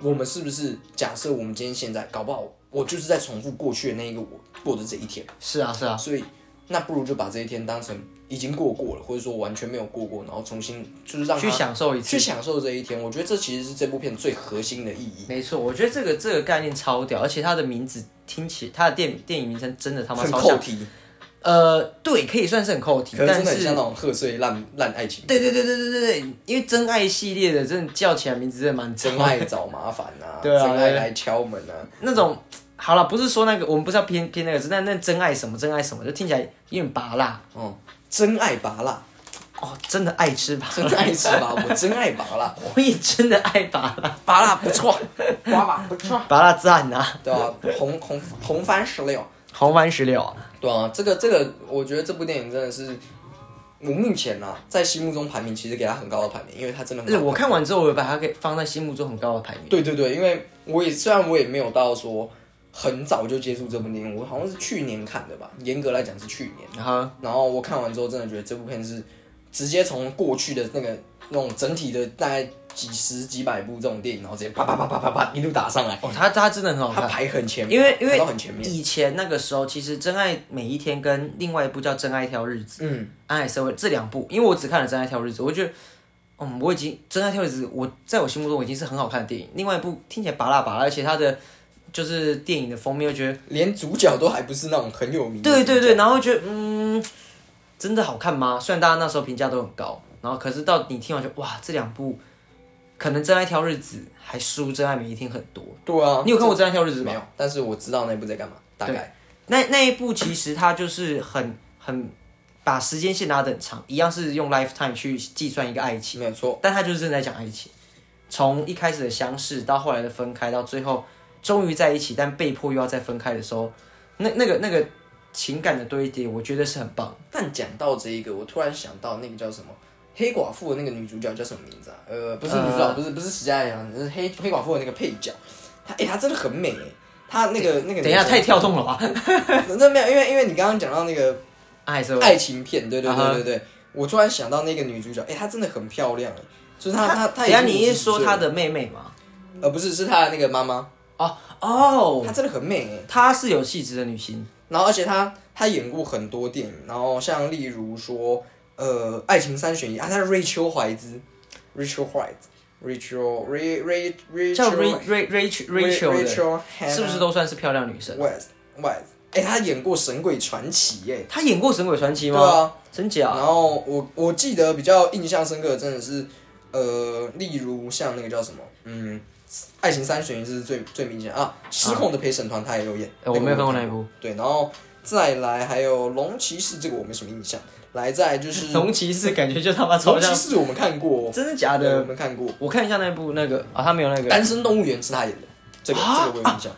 B: 我们是不是假设我们今天现在，搞不好我就是在重复过去的那一个我过的这一天
A: 哼，是啊是啊，
B: 所以那不如就把这一天当成已经过过了，或者说完全没有过过，然后重新就是让
A: 去
B: 他
A: 享受一次，
B: 去享受这一天。我觉得这其实是这部片最核心的意义，
A: 没错，我觉得这个这个概念超屌，而且它的名字听起，它的电电影名称真的他妈
B: 很
A: 超
B: 扣
A: 像。
B: 题，
A: 呃，对，可以算是很扣题
B: 可，能
A: 但
B: 真的很
A: 是
B: 像那种贺岁烂烂爱情，
A: 对对对对对对对，因为真爱系列的真的叫起来名字真的蛮
B: *laughs* 真 *laughs*
A: 真
B: 爱找麻烦 *laughs* 啊，
A: 对啊
B: 真爱来敲门啊，
A: 那种。好了，不是说那个，我们不是要偏偏那个字，但那真爱什么真爱什么，就听起来有点拔辣
B: 嗯，真爱拔辣，
A: 哦，真的爱吃拔
B: 真
A: 辣，
B: 爱吃吧，我真爱拔辣，
A: 我也真的爱拔辣，
B: *laughs* 拔辣不 *laughs* 错，拔辣不 *laughs* 错，
A: 拔辣赞啊，
B: 对啊，红红红番石榴。
A: 红番石榴
B: *laughs*
A: 啊，
B: 对啊，这个这个，我觉得这部电影真的是我目前啊，在心目中排名其实给他很高的排名，因为他真的很
A: 对，
B: 好
A: 哎
B: 看
A: 我看完之后，我也把它给放在心目中很高的排名。
B: 对对对，因为我也虽然我也没有到说很早就接触这部电影，我好像是去年看的吧，严格来讲是去年。
A: 然后
B: 然后我看完之后，真的觉得这部片是直接从过去的那个那种整体的大概几十几百部这种电影，然后直接啪啪啪啪啪啪一路打上来，
A: 哦，他他真的很好看
B: 它。排很前面，
A: 因为因
B: 排
A: 为
B: 到很前面。
A: 以前那个时候，其实《真爱每一天》跟另外一部叫《真爱挑日子》，
B: 嗯，
A: 安海社会这两部，因为我只看了《真爱挑日子》，我觉得，嗯，我已经《真爱挑日子》，我在我心目中已经是很好看的电影。另外一部听起来拔拉拔拉，而且它的就是电影的封面，我觉得，
B: 连主角都还不是那种很有名的。
A: 对对对，然后觉得，嗯，真的好看吗？虽然大家那时候评价都很高，然后可是到你听完就哇，这两部可能《真爱挑日子》还输《真爱每一天》很多。
B: 对啊，
A: 你有看过《真爱挑日子》
B: 这
A: 吗
B: 没？有？但是我知道那部在干嘛，大概。
A: 那那一部其实它就是很很把时间线拉得很长，一样是用 lifetime 去计算一个爱情，
B: 没有错，
A: 但它就是正在讲爱情，从一开始的相识到后来的分开，到最后终于在一起，但被迫又要再分开的时候，那那个那个情感的堆叠，我觉得是很棒。
B: 但讲到这一个，我突然想到那个叫什么黑寡妇的那个女主角叫什么名字啊？呃，不是女主角，不是不是史嘉良，是黑黑寡妇的那个配角。她哎、她真的很美哎、她那个那个
A: 等一下太跳动了
B: *laughs*
A: 吧？
B: 太真的没有，因为因为你刚刚讲到那个
A: 爱是
B: 爱情片，对对
A: 啊哈
B: 对对对，我突然想到那个女主角，哎、她真的很漂亮哎、就是她她她
A: 等
B: 已
A: 一
B: 经
A: 下你一说
B: 50岁
A: 她
B: 了，
A: 的妹妹嘛？
B: 呃不是是她的那个妈妈，
A: 哦哦，
B: 她真的很美哎、
A: 她是有气质的女星，
B: 然后而且她她演过很多电影，然后像例如说呃《爱情三选一》啊，她是 Rachel 怀兹，Rachel 怀兹，Rachel Ray Ray Rachel
A: 叫 Ray Ray Rachel Rachel 的，
B: Rachel
A: 是不是都算是漂亮女生？
B: West West？哎、她演过《神鬼传奇》耶，
A: 她演过《神鬼传奇》
B: 对
A: 吗？
B: 啊。
A: 真假？
B: 然后我我记得比较印象深刻的真的是呃，例如像那个叫什么，嗯，《爱情三选一》是最最明显啊，《失控的陪审团》她也有演，
A: 呃我没有看过那一
B: 部。
A: 部
B: 对，然后再来还有龙骑士，这个我没什么印象。来，再来就
A: 《
B: 是
A: 龙骑士》，感觉就他妈超
B: 龙
A: 像
B: 骑，士，我们看过，
A: 真的假
B: 对我
A: 的？
B: 们看过。
A: 我看一下那部那个啊，他没有那个，
B: 单身动物园是他演的，这个
A: 啊
B: 这个我有印象，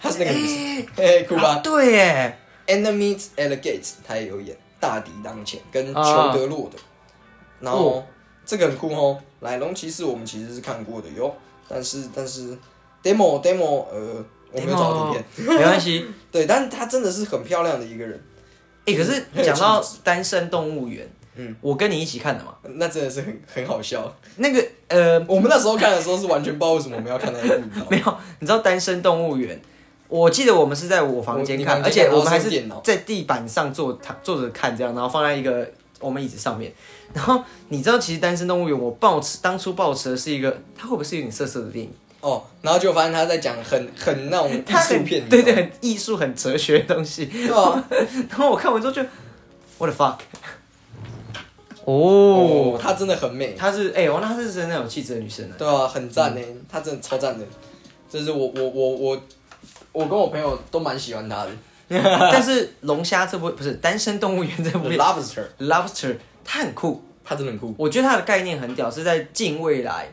B: 他是那个女生，嘿，酷
A: 啊
B: 吧
A: 对耶，
B: ？Enemies at the Gates，他也有演大敌当前跟
A: 啊
B: 裘德洛的，然后这个很酷哦。来，龙骑士我们其实是看过的哟，但是但是 demo demo 呃，我没有找到图片，
A: 没关系。
B: 对，但她真的是很漂亮的一个人，
A: 哎，可
B: *laughs*
A: 是讲到《单身动物园》，
B: 嗯，
A: 我跟你一起看的嘛。
B: 那真的是很很好笑。
A: 那个呃，
B: 我们那时候看的时候是完全不知道为什么我们要看那一部，你知道吗
A: *laughs* 没有，你知道《单身动物园》？我记得我们是在我房间看，
B: 我
A: 而
B: 你房
A: 且
B: 间看
A: 我们还
B: 然后是
A: 是
B: 电脑
A: 在地板上坐躺坐着看这样，然后放在一个我们椅子上面。 *laughs* 然后你知道，其实《单身动物园》我抱持当初抱持的是一个，它会不会是有点色色的电影？
B: 哦，然后就发现他在讲很很那种艺
A: 它
B: 术
A: 很
B: 片，
A: 对
B: 你知
A: 对，
B: 道吗
A: 很艺术、很哲学的东西。
B: 对啊，
A: 然后我看完之后就，what the fuck？哦
B: 哦，，她真的很美，
A: 她是哎，我、那她是真的有气质的 *laughs* 女生呢。
B: 对啊，很赞呢，她真的超赞的，就是我我我我我跟我朋友都蛮喜欢她的
A: 但是《龙虾》这部不是《单身动物园》这部
B: ，The
A: 片
B: Lobster，
A: ，Lobster 它很酷，
B: 她真的很酷，
A: 我觉得它的概念很屌，是在近未来，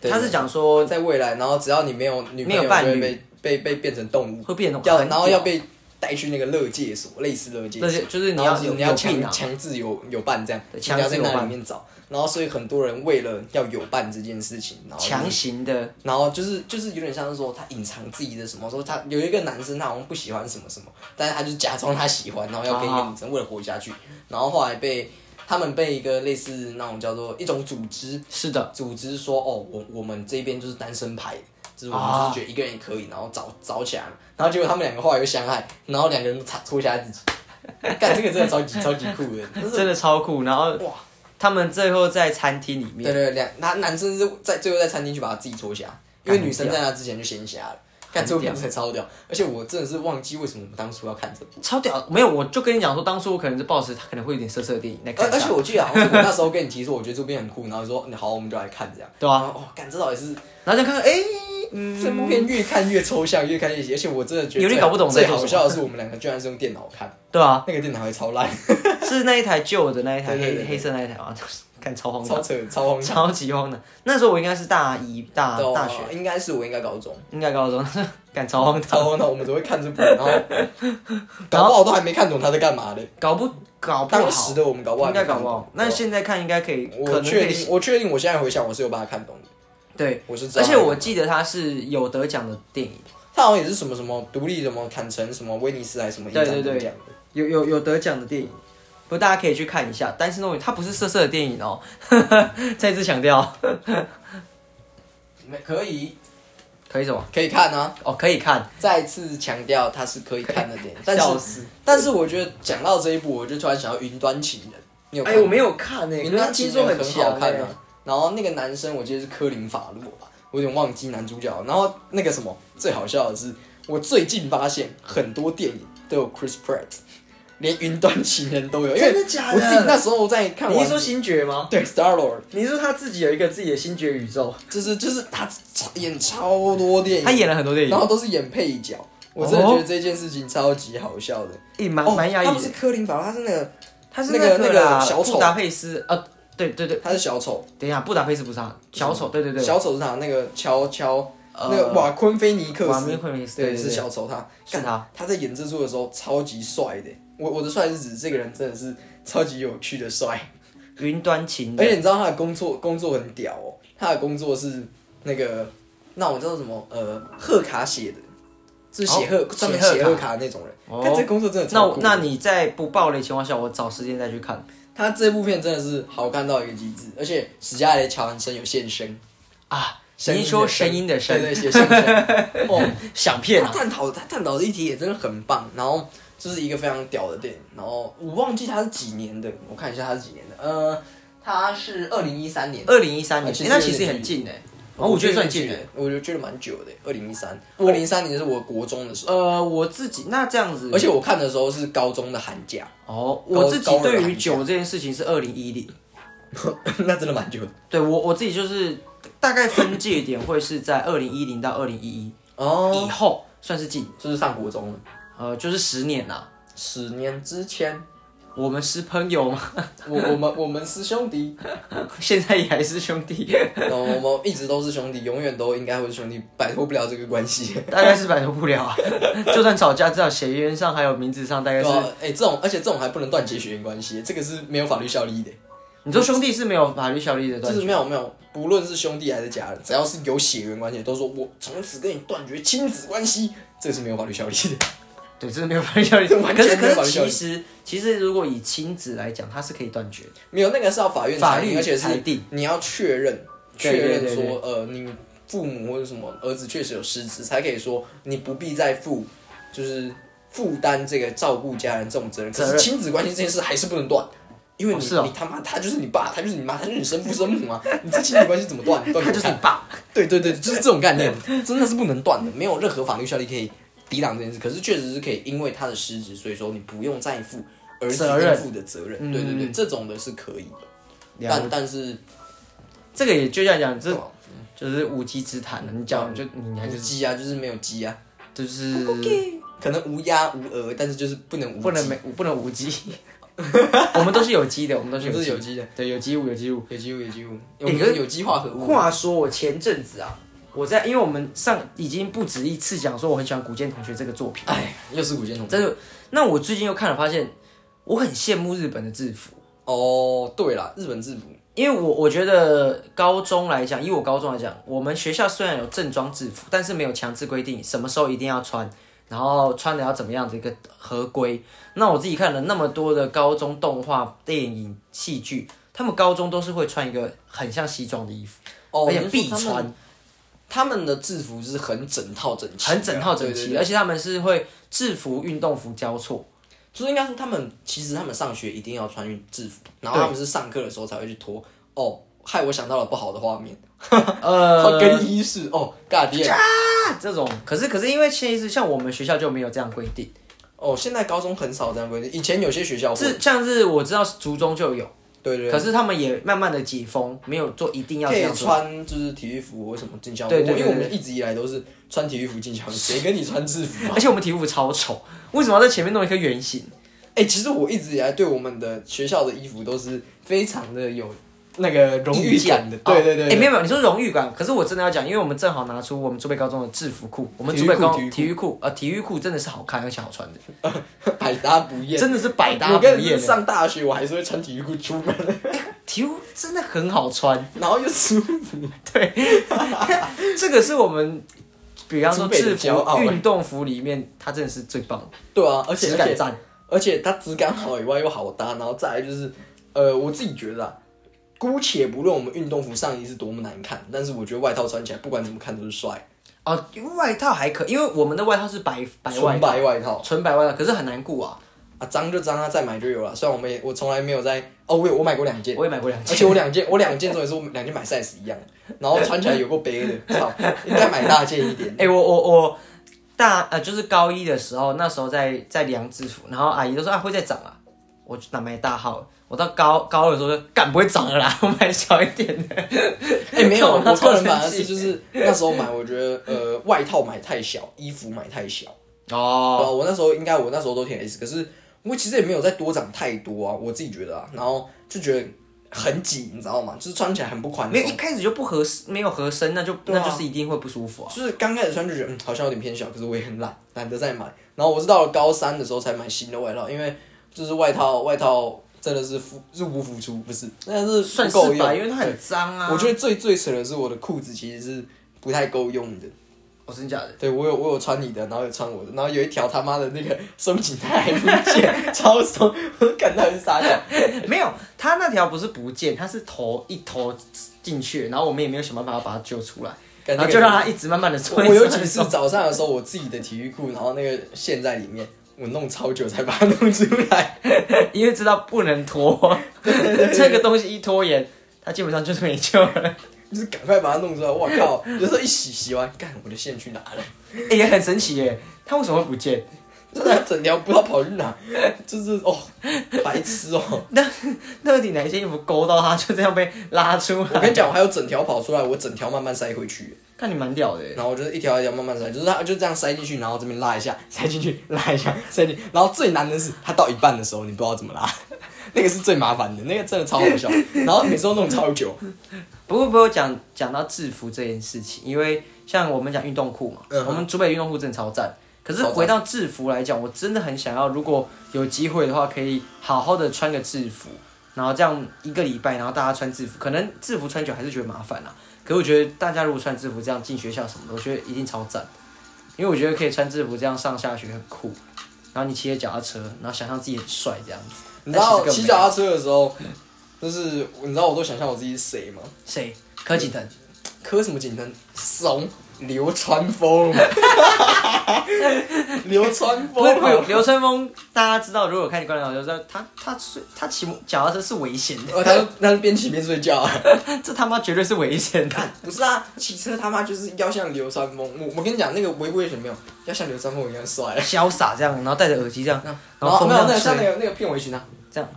B: 对
A: 它是讲说
B: 在未来，然后只要你没有女朋
A: 没
B: 友，
A: 有伴
B: 就
A: 侣
B: 会被被被变成动物，
A: 会变得很
B: 要然后
A: 屌
B: 要被带去那个乐界所，类似乐界所
A: 那，些就是你
B: 然
A: 要
B: 后
A: 有
B: 你要
A: 有病
B: 强
A: 啊，
B: 强制有有伴这样，
A: 对
B: 你
A: 强
B: 要
A: 制
B: 在
A: 有
B: 那
A: 伴
B: 里面找，然后所以很多人为了要有伴这件事情，然后就是
A: 强行的
B: 然后就是就是有点像是说他隐藏自己的什么，说他有一个男生他好像不喜欢什么什么，但是他就假装他喜欢，然后要跟
A: 哦
B: 一个女生为了活下去，然后后来被他们被一个类似那种叫做一种组织
A: 是的，
B: 组织说哦，我我们这边就是单身派，就是我
A: 啊
B: 们就是觉得一个人也可以，然后找找起来嘛，然后结果他们两个后来又相爱，然后两个人都戳瞎自己，干这个真的超级超级酷的，就是
A: 真的超酷。然后
B: 哇，
A: 他们最后在餐厅里面，
B: 对对，两他男生是在最后在餐厅去把他自己戳瞎，因为女生在那之前就先瞎了。看这部片真的超屌，而且我真的是忘记为什么我们当初要看这部，
A: 超屌。没有，我就跟你讲说，当初我可能是抱持它可能会有点色色的电影来
B: 而
A: 看它，
B: 而且我记得好像是我那时候跟你提说，我觉得这部片很酷，然后说嗯好，我们就来看这样。
A: 对啊
B: 然后哦，干这到底是
A: 然后就看看，哎、嗯，
B: 这部片越看越抽象，越看越邪，而且我真的觉得
A: 有点搞不懂
B: 最
A: 在做什
B: 好
A: 么
B: 笑的是，我们两个居然是用电脑看，
A: 对 *laughs* 啊，
B: 那个电脑还超烂，
A: 是那一台旧的那一台
B: 对对
A: 黑
B: 对对
A: 黑色那一台 *laughs* 啊，看超荒
B: 超
A: 唐，
B: 扯，超荒唐。
A: 超级荒唐。那时候我应该是大一大
B: 对啊
A: 大学，
B: 应该是我应该高中，
A: 应该高中， *laughs* 看超荒唐，
B: 超荒唐，我们都会看这部，然后
A: *laughs*
B: 搞不好都还没看懂他在干嘛的。
A: 搞不搞不
B: 当
A: 好
B: 时，的我们搞不好
A: 应
B: 还没
A: 该搞
B: 看
A: 不
B: 懂
A: 好。那现在看应该可以，可
B: 我
A: 能可
B: 确
A: 以
B: 定，我确定，我现在回想，我是有把它看懂的。
A: 对。
B: 我是知道
A: 而
B: 它
A: 且
B: 有
A: 我记得它是有得奖的电影，
B: 他好像也是什么什么独立什么坎城什么威尼斯还是什么影
A: 对
B: 展
A: 对对
B: 得奖的
A: 有有有得奖的电影，不过大家可以去看一下。但是那种它不是色色的电影哦， *laughs* 再次强调，
B: 没可以
A: 可以什么？
B: 可以看啊！
A: 哦，可以看，
B: 再次强调，它是可以看的点。但
A: 笑
B: 是，
A: 死！
B: 但是我觉得讲到这一步，我就突然想到《云端情人》，你有看
A: 哎，我没有看诶、
B: 《
A: 欸，可
B: 云
A: 是
B: 端
A: 听
B: 情
A: 说
B: 人》
A: 很
B: 很
A: 强
B: 好看
A: 欸
B: 啊。然后那个男生我记得是科林法洛吧，我有点忘记男主角了。然后那个什么，最好笑的是，我最近发现很多电影都有 Chris Pratt，连《云端情人》都有，因为
A: 真的假的
B: 我自己那时候在看完，
A: 你是说星爵吗？
B: 对 Star Lord。
A: 你是说他自己有一个自己的星爵宇宙？
B: 就是就是他演超多电影，
A: 他演哦了很多电
B: 哎
A: 影，
B: 然后都是演配角，我真的觉得这件事情超级好笑的，
A: 也哎蛮
B: 哦
A: 蛮压
B: 他
A: 抑
B: 不是
A: 的。
B: 科林法洛，他是那个
A: 他是
B: 那
A: 个
B: 个那个
A: 啦
B: 小丑
A: 布达佩斯啊，对对对，
B: 他是小丑，
A: 等一下，布达佩斯不是他，小丑，对对对，
B: 小丑是他那个乔乔
A: 呃
B: 那个瓦昆菲尼克
A: 瓦
B: 斯
A: 米，昆明斯，对
B: 对，
A: 对
B: 是
A: 对，
B: 小丑他，
A: 是他，
B: 他在演这出的时候超级帅的，我我的帅是指这个人真的是超级有趣的帅，
A: 云端情
B: 而
A: 人，
B: 且你知道他的工作工作很屌哦，他的工作是那个那我知道什么呃贺卡写的，是写贺
A: 哦
B: 专门
A: 写贺
B: 写
A: 卡
B: 贺卡那种人，
A: 哦
B: 但这工作真的
A: 那
B: 超
A: 我
B: 酷的
A: 那你在不暴雷情况下，我找时间再去看
B: 他这部片真的是好看到一个极致，而且史嘉蕾·乔韩森有现身，
A: 啊。
B: 声音
A: 您
B: 的
A: 说
B: 声
A: 声音的声，
B: 对对，有
A: *laughs*
B: 现身。哦，
A: 想骗
B: 他
A: 啊？
B: 探讨他探讨的议题也真的很棒，然后就是一个非常屌的电影，然后我忘记他是几年的，我看一下他是几年的，呃，他是二零一三年，
A: 二零一三年，诶
B: 其实
A: 那
B: 有
A: 其实
B: 点
A: 很
B: 距
A: 近哎，哦，我觉得算近
B: 的
A: 哎。，
B: 我觉得觉得蛮久的，二零一三，二零一三年是我国中的时候，
A: 呃，我自己那这样子，
B: 而且我看的时候是高中的寒假，
A: 哦，
B: 高
A: 我自己
B: 高冷
A: 对
B: 寒
A: 于
B: 假
A: 酒这件事情是二零一零，
B: *laughs* 那真的蛮久的。
A: 对我我自己就是大概分界点会是在二零一零到二零一一
B: 哦，
A: 以后算是近，
B: 就是上国中了，
A: 呃，就是十年啦。
B: 十年之前，
A: 我们是朋友吗？
B: 我我们 *laughs* 我们是兄弟，
A: *laughs* 现在也还是兄弟，
B: 然后我们一直都是兄弟，永远都应该会是兄弟，摆脱不了这个关系。
A: 大概是摆脱不了啊。 *laughs* 就算吵架，至少血缘上还有名字上，大概
B: 对
A: 是。
B: 啊，哎、这种而且这种还不能断绝血缘关系，这个是没有法律效力的，
A: 你说兄弟是没有法律效力的，
B: 就
A: 对
B: 是没有没有，不论是兄弟还是家人，只要是有血缘关系，都说我从此跟你断绝亲子关系，这个是没有法律效力的。
A: 对，真的没有法律效力。
B: 完
A: 可是
B: 全没有法
A: 可
B: 律
A: 是，
B: 效
A: 其
B: 力
A: 实其实如果以亲子来讲，它是可以断绝的。
B: 没有，那个是要法院
A: 法
B: 裁定
A: 律
B: 而且
A: 裁
B: 是
A: 定
B: 你要确认，确
A: 对对
B: 认
A: 对
B: 说
A: 对
B: 呃，你父母或者什么儿子确实有失职，才可以说你不必再负，就是负担这个照顾家人这种责任。可
A: 责
B: 是
A: 任
B: 亲子关系这件事还是不能断。因为
A: 哦
B: 你、
A: 是哦
B: 你他妈他就是你爸，他就是你妈，他就是你生父生母啊！你这亲子关系怎么断？断
A: *laughs* 他
B: 给我
A: 就是
B: 看
A: 你爸，
B: 对对对，就是这种概念，真的是不能断的，没有任何法律效力可以抵挡这件事。可是确实是可以，因为他的失职，所以说你不用再负儿子
A: 责
B: 应
A: 任
B: 负的责任。
A: 嗯
B: 对对对，这种的是可以的，
A: 了
B: 但但是
A: 这个也就像讲，这
B: 对吧
A: 就是无稽之谈了。你
B: 嗯
A: 讲就你还
B: 无
A: 是
B: 鸡啊，就是没有鸡啊，
A: 就是
B: 可能无鸭无鹅，但是就是不能无鸡
A: 不能没不能无稽。我们都是有机的，我们都
B: 我
A: 是
B: 们
A: 有
B: 是有
A: 机，
B: 机的，
A: 对，有机物有机物。
B: 有机物有机物，我
A: 欸
B: 们
A: 可是
B: 是有机化合物。
A: 话说，我前阵子啊，我在因为我们上已经不止一次讲说我很喜欢古建同学这个作品，
B: 哎，又是古建同
A: 真的。那我最近又看了，发现我很羡慕日本的制服，
B: 哦，对啦，日本制服
A: 因为我我觉得高中来讲，以我高中来啊讲，我们学校虽然有正装制服，但是没有强制规定什么时候一定要穿，然后穿的要怎么样的一个合规。那我自己看了那么多的高中动画、电影、戏剧，他们高中都是会穿一个很像西装的衣服，
B: 哦，
A: 而且
B: 你是说
A: 必
B: 他们
A: 穿。
B: 他们的制服是很整套整齐的啊，
A: 很整套整
B: 对
A: 齐，
B: 对对
A: 而且他们是会制服、运动服
B: *laughs*
A: 交错。
B: 就是应该说他们其实他们上学一定要穿制服，然后他们是上课的时候才会去脱。哦，害我想到了不好的画面，
A: 呃，
B: 更衣室哦，尬爹。
A: *laughs* 啊这种，可是可是因为其实像我们学校就没有这样规定，
B: 哦，现在高中很少这样规定，以前有些学校会，
A: 是像是我知道族中就有，
B: 对对
A: 可是他们也慢慢的解封，没有做一定要
B: 可
A: 这
B: 以
A: 样做。
B: 穿就是体育服或什么进校服，
A: 对对对
B: 因为我们一直以来都是穿体育
A: *laughs*
B: 服进校服，谁跟你穿制服啊？
A: 而且我们体育服超丑，为什么要在前面弄一颗圆形？
B: 哎、其实我一直以来对我们的学校的衣服都是非常的有 *laughs* 那个荣誉感的，对对对
A: 哎、
B: 对
A: 没有没有，你说荣誉感，可是我真的要讲，因为我们正好拿出我们竹北高中的制服裤，我们竹北高
B: 体育裤
A: 体育裤，呃，体育裤真的是好看而且好穿的，
B: 百搭不
A: *laughs*
B: 厌。
A: 真的是百搭
B: 我
A: 不
B: 跟你
A: 厌欸
B: 说。上大学我还是会穿体育裤出门，
A: 体育裤真的很好穿。
B: 然后又舒服。
A: 这个是我们比方说
B: 祖辈的
A: 制
B: 骄傲
A: 服、运动服里面，它真的是最棒的，
B: 对啊，而且
A: 质
B: 而
A: 感
B: 且
A: 赞。
B: 而且它质感好以外又好搭，然后再来就是，呃，我自己觉得啊，姑且不论我们运动服上衣是多么难看，但是我觉得外套穿起来不管怎么看都是帅，
A: 哦，外套还可，因为我们的外套是白白外
B: 纯
A: 套，
B: 白外套
A: 纯白外套，可是很难顾啊。
B: 啊，脏就脏啊，再买就有了。虽然我们也我从来没有在哦，我有我买过两件，
A: 我也买过两
B: 而
A: 件，
B: 且我两件我两件重点是我两件买 size 一样，然后穿起来有够背
A: *laughs*
B: 的，操，应该买大件一点。
A: 哎、我我我大呃，就是高一的时候，那时候在在量制服，然后阿姨都说啊会再涨啊，我就哪买大号。我到高高二的时候就干不会涨了啦， *laughs* 我买小一点的。
B: 哎、没有，
A: 干嘛
B: 我个人
A: 超
B: 反而
A: 生气
B: 是就是那时候买，我觉得呃外套买太小，衣服买太小。对
A: 哦，
B: 啊，我那时候应该我那时候都挺 S，可是我其实也没有再多长太多啊，我自己觉得啊，然后就觉得很挤，你知道吗？就是穿起来很不宽
A: 没有一
B: 松，
A: 开始就不合适，没有合身，那就、
B: 对
A: 那
B: 啊
A: 就是一定会不舒服啊。
B: 就是刚开始穿就觉得嗯好像有点偏小，可是我也很懒，懒得再买。然后我是到了高三的时候才买新的外套，因为就是外套外套真的是付入不敷出，不是，但是
A: 算
B: 不
A: 是
B: 够用
A: 吧，因为它很脏啊。
B: 我觉得最最扯的是我的裤子其实是不太够用的。
A: 我哦真假的，
B: 对我有我有穿你的，然后有穿我的，然后有一条他妈的那个松紧带还不见， *laughs* 超松，我感到很傻笑。
A: *laughs* 没有，它那条不是不见，它是头一头进去，然后我们也没有想办法把它揪出来，
B: 感
A: 然
B: 觉
A: 后就让它一直慢慢的穿。
B: 我有
A: 穿
B: 几次早上的时候，我自己的体育裤，然后那个线在里面，我弄超久才把它弄出来。
A: *laughs* 因为知道不能拖，这个东西一拖延，它基本上就是没救了。
B: 就是赶快把它弄出来，我靠！有时候一洗洗完，干我的线去哪了？
A: *laughs* 哎、也很神奇耶，它为什么会不见？
B: 就是它整条不知道跑去哪，就是哦，白痴哦！
A: 到底哪些衣服勾到它，就这样被拉出
B: 我跟
A: 来？
B: 你讲，我还有整条跑出来，我整条慢慢塞回去，
A: 看你蛮屌的耶，
B: 然后我就是一条一条慢慢塞，就是它就这样塞进去，然后这边拉一下，塞进去拉一下，塞进去，然后最难的是它到一半的时候，你不知道怎么拉， *laughs* 那个是最麻烦的，那个真的超好笑，然后每次都弄超久，
A: 不过不过讲讲到制服这件事情，因为像我们讲运动裤嘛，
B: 嗯哼
A: 我们竹北运动裤真的超赞。可是
B: 超赞
A: 回到制服来讲，我真的很想要，如果有机会的话，可以好好的穿个制服，然后这样一个礼拜，然后大家穿制服，可能制服穿久还是觉得麻烦啦。可我觉得大家如果穿制服这样进学校什么的，我觉得一定超赞，因为我觉得可以穿制服这样上下学很酷。然后你骑着脚踏车，然后想象自己很帅这样子。
B: 你知
A: 但
B: 道
A: 哎其
B: 骑
A: 实更
B: 脚
A: 没有
B: 踏车的时候，就是你知道我都想象我自己是谁吗？
A: 谁？柯
B: 啊
A: 景腾。
B: 柯什么景腾？怂，流川枫， *laughs* 流川
A: 不会不会，
B: 枫。啊
A: 流川枫大家知道，如果有看你《灌篮高手》，就知道他他是他骑脚踏车是危险的，
B: 呃，他说他是边骑边睡觉、啊， *laughs*
A: 这他妈绝对是危险的。
B: 不是啊，骑车他妈就是要像流川枫。我我跟你讲，那个违规险没有，要像流川枫一样帅。啊
A: 潇洒这样，然后戴着耳机这样，然
B: 然
A: 后
B: 后
A: 风
B: 哦没有那个
A: 量
B: 像那
A: 吹，
B: 个那个片尾曲啊，
A: 这样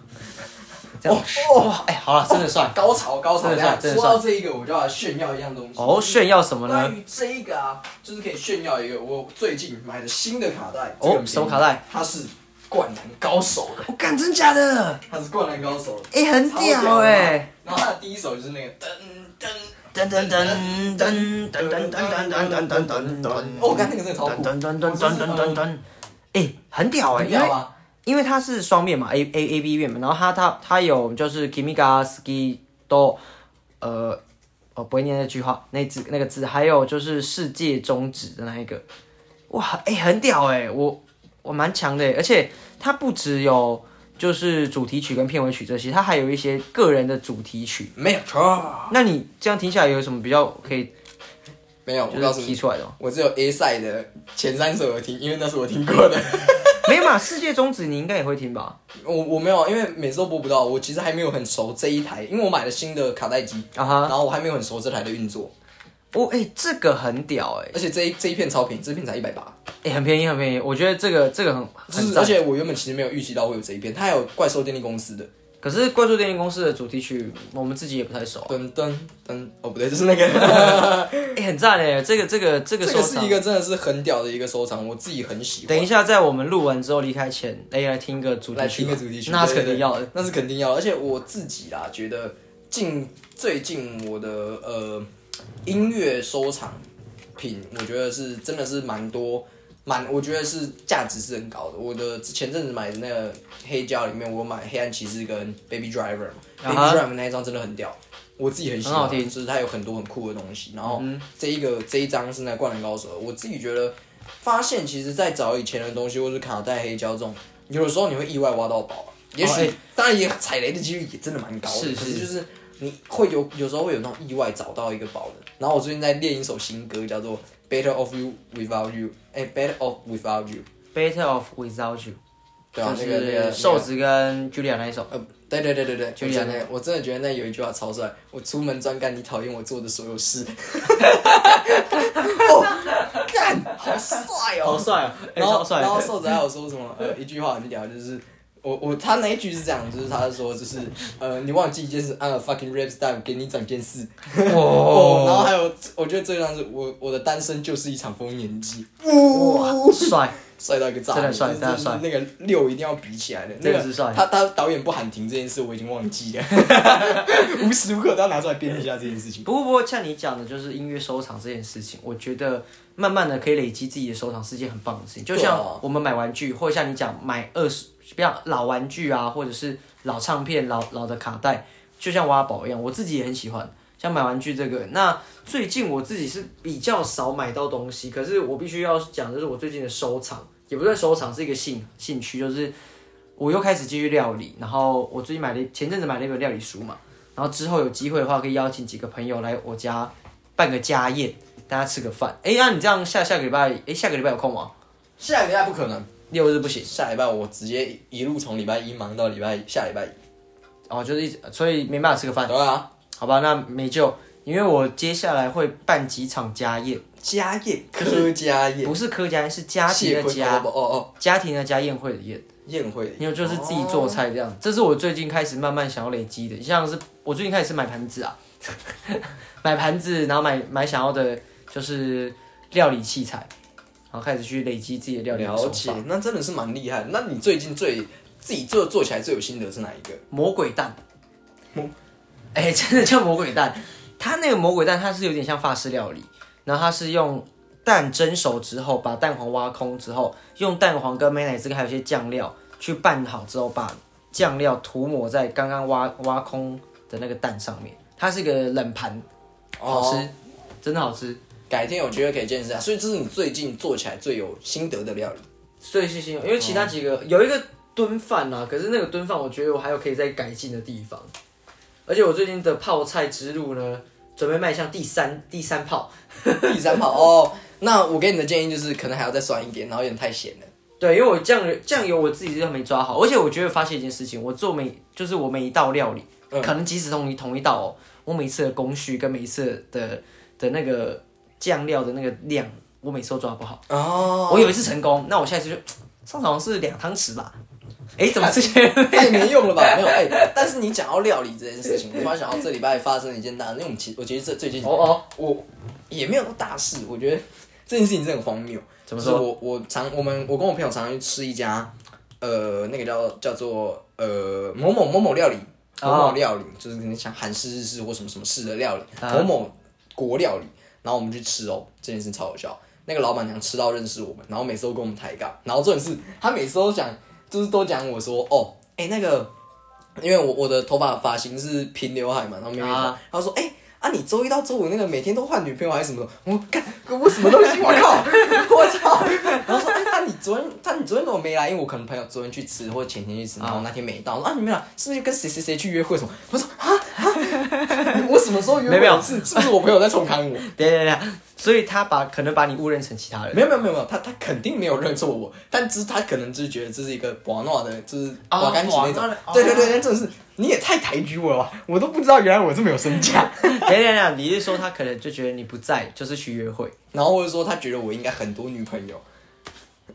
A: 这样，哇，哎，好了，真的帅
B: 高潮高潮。
A: 真的帅
B: 等一下
A: 真的
B: 说
A: 帅
B: 到这一个，我就要炫耀一样东西。
A: 哦！炫耀什么
B: 关
A: 呢？
B: 于这一个啊，就是可以炫耀一个我最近买的新的卡带。
A: 哦
B: 这个很便宜
A: 什么卡带？
B: 它是《灌篮高手》的， *laughs*
A: 我干，真假的？
B: 它是《灌篮高手》的，
A: 哎，很
B: 超屌
A: 屌
B: 的
A: 哎！。
B: 然后它的第一首就是那个噔噔。
A: 噔噔噔噔噔噔噔噔噔噔噔噔
B: 哦，我看那个真的超酷，
A: 噔噔噔噔噔噔噔，哎，很屌哎，
B: 你知
A: 因为
B: 道。吗？
A: 因为它是双面嘛，A A A B 面嘛，然后它它它有就是 Kimiga Ski Do，呃，我不会念那句话，那字那个字，还有就是世界终止的那一个，哇，哎、很屌哎、我我蛮强的、欸，而且它不只有就是主题曲跟片尾曲这些，它还有一些个人的主题曲。
B: 没有错，
A: 那你这样听下来有什么比较可以
B: 没有。我
A: 就
B: 告
A: 是
B: 诉
A: 提
B: 你，
A: 出来的吗？
B: 我只有 A 赛的前三首我听，因为那是我听过的。
A: *laughs*
B: *laughs*
A: 没有嘛，世界终止你应该也会听吧？
B: 我我没有，因为每次都播不到，我其实还没有很熟这一台，因为我买了新的卡带机，
A: 啊哈，
B: 然后我还没有很熟这台的运作，
A: 哦，哎、这个很屌哎、
B: 而且这一这一片超便宜，这一片才一百八。
A: 哎、很便宜很便宜，我觉得这个这个很
B: 就
A: 很
B: 是，
A: 赞
B: 而。且我原本其实没有预期到会有这一篇，它还有怪兽电力公司的
A: 可是怪兽电力公司的主题曲，我们自己也不太熟、啊。
B: 噔噔噔，哦不对，就是那 *laughs* 个，
A: 哎、很赞哎，这个这个这个
B: 这
A: 收
B: 个是
A: 藏。
B: 一个真的是很屌的一个收藏，我自己很喜欢。
A: 等一下，在我们录完之后离开前，哎、来听个主
B: 来
A: 题曲
B: 听
A: 吧。
B: 个主题曲，
A: 那是
B: 对
A: 肯
B: 对
A: 定
B: 对
A: 要的。
B: 那是肯定要的，而且我自己啦，觉得近最近我的呃音乐收藏品，我觉得是真的是蛮多。蛮，我觉得是价值是很高的。我的前阵子买的那个黑胶里面，我买《黑暗骑士》跟《Baby Driver》嘛，
A: 啊
B: Baby
A: 哈
B: Driver》那一张真的很屌。我自己很喜
A: 很
B: 欢，
A: 好听嗯
B: 就是它有很多很酷的东西。然后这一个这一张是那《灌篮高手》，我自己觉得发现，其实在找以前的东西，或是卡带、黑胶这种，有的时候你会意外挖到宝啊。也许、
A: 哎
B: 当然也踩雷的几率也真的蛮高的，
A: 是
B: 可
A: 是
B: 是就是你会有有时候会有那种意外找到一个宝的。然后我最近在练一首新歌，叫做《Better of You Without You》，哎，《Better of Without You》，
A: Better Off Without You，
B: 对啊，
A: 就
B: 那个那
A: 是
B: 个
A: 瘦子跟 Julia 那一首，
B: 呃，对对对对对，
A: 就
B: 我
A: 这样
B: 真的，我真的觉得那有一句话超帅，我出门专干你讨厌我做的所有事。哦，干，好帅哦！
A: 帅啊
B: 然后然后瘦子还有说什么？呃，一句话很屌，就是我我他那一句是这样，就是他说就是呃，你忘记一件事，I'm a fucking rap star，给你长见识。哦，然
A: 哇，
B: 后还有，我觉得最让是我我的单身就是一场丰年祭，
A: 哇，帅，
B: 帅到一个炸裂，
A: 真的帅
B: 就是
A: 真的帅
B: 那个六一定要比起来的，
A: 真
B: 那
A: 的
B: 个
A: 是帅
B: 他他导演不喊停这件事，我已经忘
A: *laughs*
B: 记了，无时无刻都要拿出来编一下这件事情。
A: 不过，不过像你讲的，就是音乐收藏这件事情，我觉得慢慢的可以累积自己的收藏是一件很棒的事情。就像
B: 对啊
A: 我们买玩具，或者像你讲买二十，比较老玩具啊，或者是老唱片、老老的卡带，就像挖宝一样，我自己也很喜欢。像买玩具这个，那最近我自己是比较少买到东西，可是我必须要讲，就是我最近的收藏，也不算收藏，是一个兴兴趣，就是我又开始继续料理，然后我最近买了一前阵子买了一本料理书嘛，然后之后有机会的话，可以邀请几个朋友来我家办个家宴，大家吃个饭。哎，那、你这样下下个礼拜，哎，下个礼拜有空吗？
B: 下礼拜不可能，
A: 六日不行，
B: 下礼拜我直接一路从礼拜一忙到礼拜下礼拜一。
A: 哦，就是一直，所以没办法吃个饭，
B: 对啊，
A: 好吧，那没救，因为我接下来会办几场家宴，
B: 家宴，柯家宴，
A: 不是客家宴，是家庭
B: 谢
A: 的
B: 坤
A: 家，
B: 哦哦，
A: 家庭的家宴会的宴。
B: 宴会，哦
A: 因为就是自己做菜这样，这是我最近开始慢慢想要累积的，像是我最近开始买盘子啊， *laughs* 买盘子，然后买买想要的就是料理器材，然后开始去累积自己的料理的
B: 了
A: 手
B: 解
A: 法。，
B: 那真的是蛮厉害的。那你最近最自己做做起来最有心得是哪一个？
A: 魔鬼蛋，哎、 *laughs* 真的叫魔鬼蛋，它那个魔鬼蛋它是有点像法式料理，然后它是用蛋蒸熟之后，把蛋黄挖空之后，用蛋黄跟美乃滋还有一些酱料去拌好之后，把酱料涂抹在刚刚挖挖空的那个蛋上面，它是一个冷盘，好吃，
B: 哦
A: 真的好吃。
B: 改天有机会可以见识一下。所以这是你最近做起来最有心得的料理。 *laughs*
A: 最细心，因为其他几个、有一个炖饭啊，可是那个炖饭我觉得我还有可以再改进的地方，而且我最近的泡菜之路呢，准备迈向第三第三泡。
B: 第三跑哦，那我给你的建议就是，可能还要再酸一点，然后有点太咸了。
A: 对，因为我酱油酱油我自己都没抓好，而且我觉得发现一件事情，我做每就是我每一道料理，
B: 嗯
A: 可能即使同一同一道哦，我每次的工序跟每一次的的那个酱料的那个量，我每次都抓不好。
B: 哦，
A: 我有一次成功，那我下一次就上次好像是两汤匙吧？哎，怎么之前 *laughs*
B: 太没用了吧？没 *laughs* 有哎、但是你讲到料理这件事情，我突然想到这礼拜发生了一件大事，因为我们其我其实这最近
A: 哦哦，
B: 我也没有大事，我觉得这件事情真的很荒谬。
A: 怎么
B: 说？我我常我们我跟我朋友常常去吃一家，呃，那个叫叫做呃某某某某料理，某
A: 哦
B: 某料理，就是可能像韩式、日式或什么什么式的料理，
A: 嗯
B: 某某国料理。然后我们去吃哦，这件事超好笑。那个老板娘吃到认识我们，然后每次都跟我们抬杠，然后重点是她每次都讲，就是都讲我说哦，哎那个，因为我我的头发发型是平刘海嘛，然后妹妹头，
A: 啊
B: 她说哎。啊！你周一到周五那个每天都换女朋友还是什么的？我干，我什么东西？我靠！我操！ *laughs* 然后说，哎、那你昨天，那你昨天怎么没来？因为我可能朋友昨天去吃，或者前天去吃，然后那天没到。说啊，你没来，是不是跟谁谁谁去约会什么？我说啊啊！我什么时候约会？
A: 没有没有
B: 是是不是我朋友在重看我？ *laughs*
A: 等一下等一下，所以他把可能把你误认成其他人
B: 没有没有没有没有，他他肯定没有认错我，但只是他可能就是觉得这是一个博诺的，就是
A: 哦
B: 瓦干吉那
A: 博
B: 种
A: 纳的。哦
B: 对对对，但真的是你也太抬举我了吧！我都不知道原来我这么有身价。
A: 等一下等一下，你是说他可能就觉得你不在，就是去约会？
B: 然后或者说他觉得我应该很多女朋友，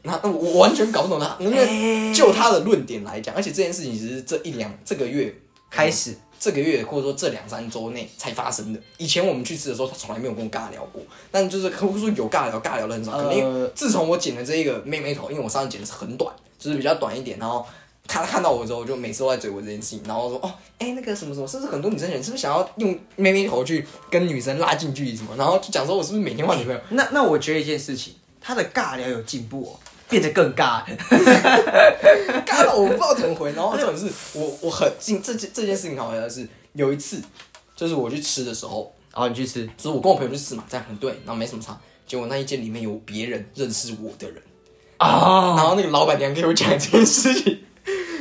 B: 那我我完全搞不懂他，因为就他的论点来讲，而且这件事情只是这一两这个月
A: 开始
B: 这个月或者说这两三周内才发生的。以前我们去吃的时候，他从来没有跟我尬聊过，但就是客户说有尬聊，尬聊的很少。可能因为
A: 呃
B: 自从我剪了这一个妹妹头，因为我上次剪的是很短，就是比较短一点，然后。他看到我之后，就每次都在嘴我这件事情，然后说哦，哎、那个什么什么，是不是很多女生人是不是想要用妹妹头去跟女生拉近距离什么？然后就讲说我是不是每天换女朋友？
A: 那那我觉得一件事情，他的尬聊有进步哦，变得更
B: *laughs*
A: 尬。
B: 尬到我不知道怎么回。然后重点是我我很近这件这件事情好像是有一次，就是我去吃的时候，
A: 然后哦你去吃，
B: 就是我跟我朋友去吃嘛，这样很对，然后没什么差。结果那一间里面有别人认识我的人啊，然后那个老板娘给我讲这件事情，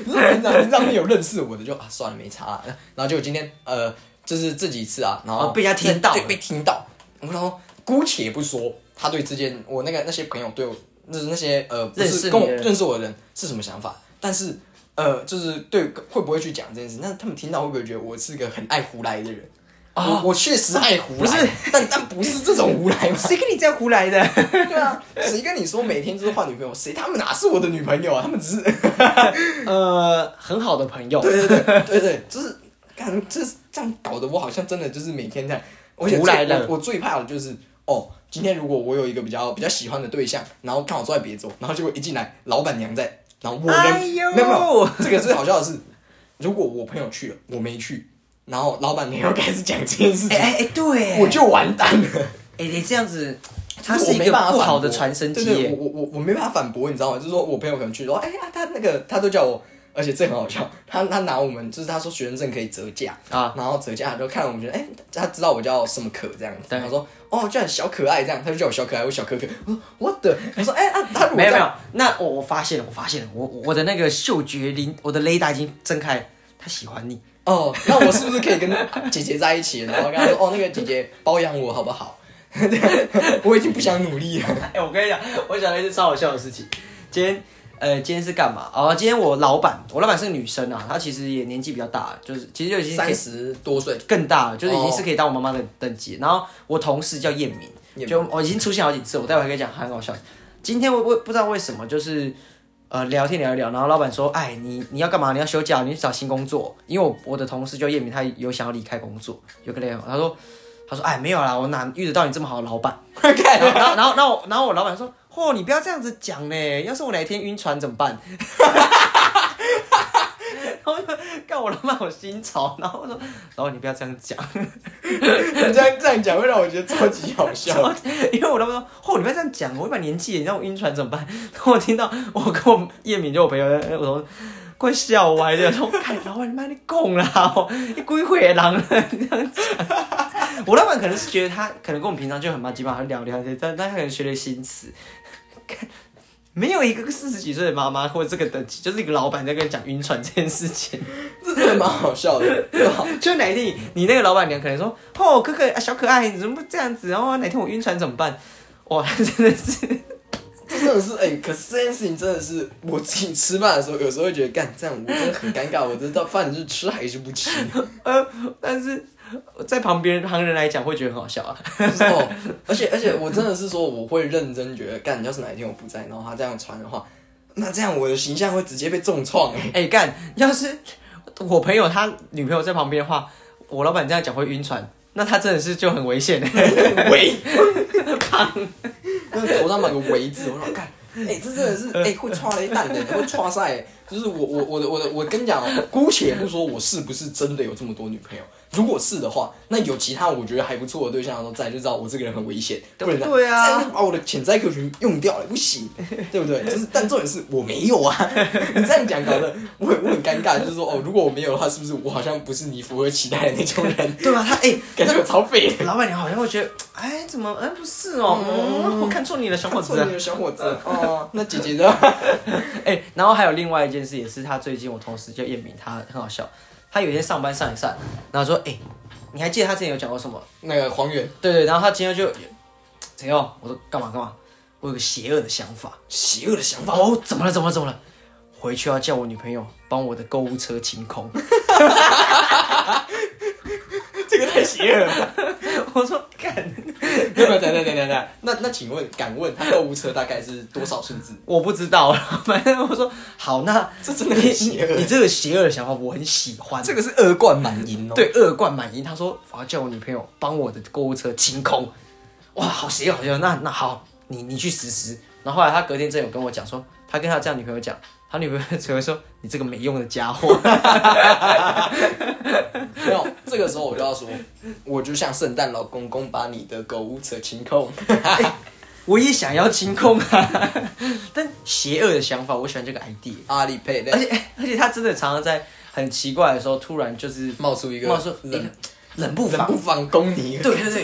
B: 就是平常平常没有认识我的就啊算了没差啊、然后结果今天呃就是自己吃啊，然
A: 啊
B: 后
A: 被人家听到
B: 对
A: 了
B: 被听到，然后姑且不说他对这件我那个那些朋友对我就是那些呃不
A: 认识
B: 是
A: 你
B: 跟我
A: 的人
B: 认识我的人是什么想法，但是。呃，就是对会不会去讲这件事？那他们听到会不会觉得我是个很爱胡来的人？
A: 哦
B: 啊，我确实爱胡来，但但不是这种胡
A: *laughs*
B: 来嘛？
A: 谁跟你这样胡
B: *laughs*
A: 来的？
B: 对啊，谁跟你说每天就是换女朋友？谁他们哪是我的女朋友啊？他们只是
A: 呃，很好的朋友，
B: 对对
A: *laughs*
B: 对对对，就是看这这样搞得我好像真的就是每天在，我
A: 胡来了
B: 我我最怕的就是哦，今天如果我有一个比较比较喜欢的对象，然后刚好坐在别桌，然后结果一进来老板娘在，然后我人、
A: 哎呦
B: 没有没有，这个最好笑的是，如果我朋友去了，我没去，然后老板娘又开始讲这件事情，
A: 哎哎哎，对，
B: 我就完蛋了。
A: 哎你这样子，它
B: 就
A: 是
B: 是我
A: 一
B: 没
A: 个
B: 办法
A: 不
B: 反
A: 好
B: 驳
A: 的传声机
B: 对对，
A: 耶
B: 我我我我没办法反驳，你知道吗？就是说我朋友可能去说，哎呀，他那个他都叫我，而且这很好笑，他他拿我们就是他说学生证可以折价，
A: 啊！
B: 然后折价他就看我们觉得，哎，他知道我叫什么可这样子，
A: 对
B: 他说哦，叫你小可爱这样，他就叫我小可爱，我小可可，我的，他说哎，啊、他如果
A: 没有
B: 这
A: 没
B: 样
A: 有，那我我发现了，我发现了，我我的那个嗅觉灵，我的雷达已经睁开了，他喜欢你，
B: 哦，那我是不是可以跟姐姐在一起？然后跟她说哦，那个姐姐包养我好不好？ *laughs* 我已经不想努力了。
A: *laughs* 哎、我跟你讲，我想了一件超好笑的事情。今天，呃，今天是干嘛？哦，今天我老板，我老板是个女生啊，她其实也年纪比较大，就是其实就已经可
B: 三
A: 以
B: 十多岁，
A: 更大了，就是已经是可以当我妈妈的等级。然后我同事叫燕
B: 燕
A: 明，就我已经出现好几次，我待会还可以讲很好笑。今天我我不知道为什么，就是呃聊天聊一聊，然后老板说，哎，你你要干嘛？你要休假，你去找新工作。因为我我的同事叫燕明，他有想要离开工作，有个 l e 他说他说，哎，没有啦，我哪遇得到你这么好的老板？ *laughs*
B: 看
A: 然后然后然后我然后我老板说：“嚯、你不要这样子讲呢，要是我哪一天晕船怎么办？” *laughs* 然后我就干我老板好新潮，然后我说：“老板你不要这样讲，
B: 你 *laughs* 这样这样讲会让我觉得超级好笑。
A: 因为我老板说：‘嚯、你不要这样讲，我一把年纪了，你让我晕船怎么办？’ *laughs* 然后我听到我跟我叶敏就我朋友，哎我说。”快笑歪了！我说：“看老板，你妈你供啦！哦你鬼回狼了， *laughs* 你这样讲。”我老板可能是觉得他可能跟我们平常就很嘛基本上聊聊，但但他可能学了新词，没有一个四十几岁的妈妈或者这个等级，就是一个老板在跟你讲晕船这件事情。
B: 这真的蛮好笑的，对吧？
A: *laughs* 就哪一天你那个老板娘可能说：“哦，哥哥啊，小可爱，你怎么不这样子？然哦后哪天我晕船怎么办？”哇， *laughs* 真的是
B: 这真的是哎、可是这件事情真的是我自己吃饭的时候，有时候会觉得干这样我真的很尴尬，我这道饭是吃还是不吃？
A: 呃，但是在旁边旁人来讲会觉得很好笑啊。 *laughs*
B: 就是哦，而且而且我真的是说我会认真觉得干，要是哪一天我不在，然后他这样传的话，那这样我的形象会直接被重创哎、
A: 哎、干，要是我朋友他女朋友在旁边的话，我老板这样讲会晕船，那他真的是就很危 *laughs* 险、
B: *laughs* 围，胖，头上绑个围字，我老看，哎、这真的是
A: 嗯
B: 哎、会戳雷蛋的，会戳晒、就是我我我的我的我跟你讲、哦，姑且不说我是不是真的有这么多女朋友，如果是的话，那有其他我觉得还不错的对象都在，就知道我这个人很危险，不然
A: 对啊
B: 这样把我的潜在客群用掉了，不行，对不对？就是但重点是我没有啊， *laughs* 你这样讲搞得我很我很尴尬，就是说哦，如果我没有的话，是不是我好像不是你符合期待的那种人？
A: 对吧、他哎、
B: 感觉我超废的。
A: 老板娘好像会觉得，哎，怎么，哎，不是哦，嗯我看错你了，小伙子。
B: 做你的小伙子哦，那姐姐的
A: 哎、然后还有另外一件事，也是他最近我同事叫叶明，他很好笑。他有一天上班上一上，然后说：“哎、你还记得他之前有讲过什么？
B: *laughs* 那个黄远
A: 对对，然后他今天就怎样？我说干嘛干嘛？我有个邪恶的想法。
B: 邪恶的想法，
A: 哦，怎么了怎么了怎么了？回去要叫我女朋友帮我的购物车清空。
B: *laughs* 这个太邪恶了。
A: 我说干，
B: *laughs* 没有，等等等等等，那那请问，敢问他购物车大概是多少数字？
A: 我不知道。反正我说好，那
B: *laughs* 这真的很邪
A: 你
B: 恶，
A: 这个邪恶的想法我很喜欢。
B: 这个是恶贯满 *laughs* 盈哦。
A: 对，恶贯满盈。他说我要叫我女朋友帮我的购物车清空，哇，好邪恶，好邪恶。那那好，你你去实施。然后后来他隔天真有跟我讲说，他跟他这样女朋友讲，他女朋友只会说你这个没用的家伙。 *laughs*
B: 没有，这个时候我就要说，我就像圣诞老公公把你的购物车清空。
A: 我也想要清空啊， *laughs* 但邪恶的想法，我喜欢这个 idea。
B: 阿里配的
A: 而且而且他真的常常在很奇怪的时候，突然就是
B: 冒出一个
A: 冒出一
B: 人
A: 个冷不
B: 人
A: 防，
B: 不防攻你，
A: 对对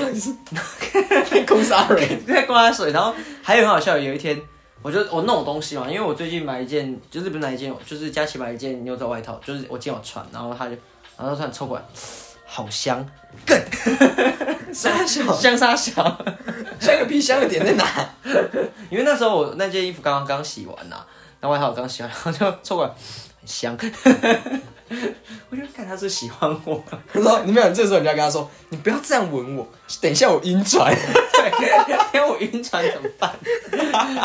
A: 对，
B: *laughs* 攻杀人，
A: 在灌他水，然后还有很好笑，有一天我就我弄东西嘛，因为我最近买一件，就是不是买一件，就是佳琪买一件牛仔外套，就是我今天有穿，然后他就，然后他突然凑过来，好香，
B: 傻小，
A: 香沙小，
B: 香个屁，香的点在哪？
A: 因为那时候我那件衣服刚刚刚洗完呐、然后外套刚洗完，然后就凑过来，很香，我就看他是喜欢我，
B: *laughs* 然后你没有，这时候你就要跟他说，你不要这样吻我，等一下我晕船。
A: 因 *laughs* 为我晕船怎么办？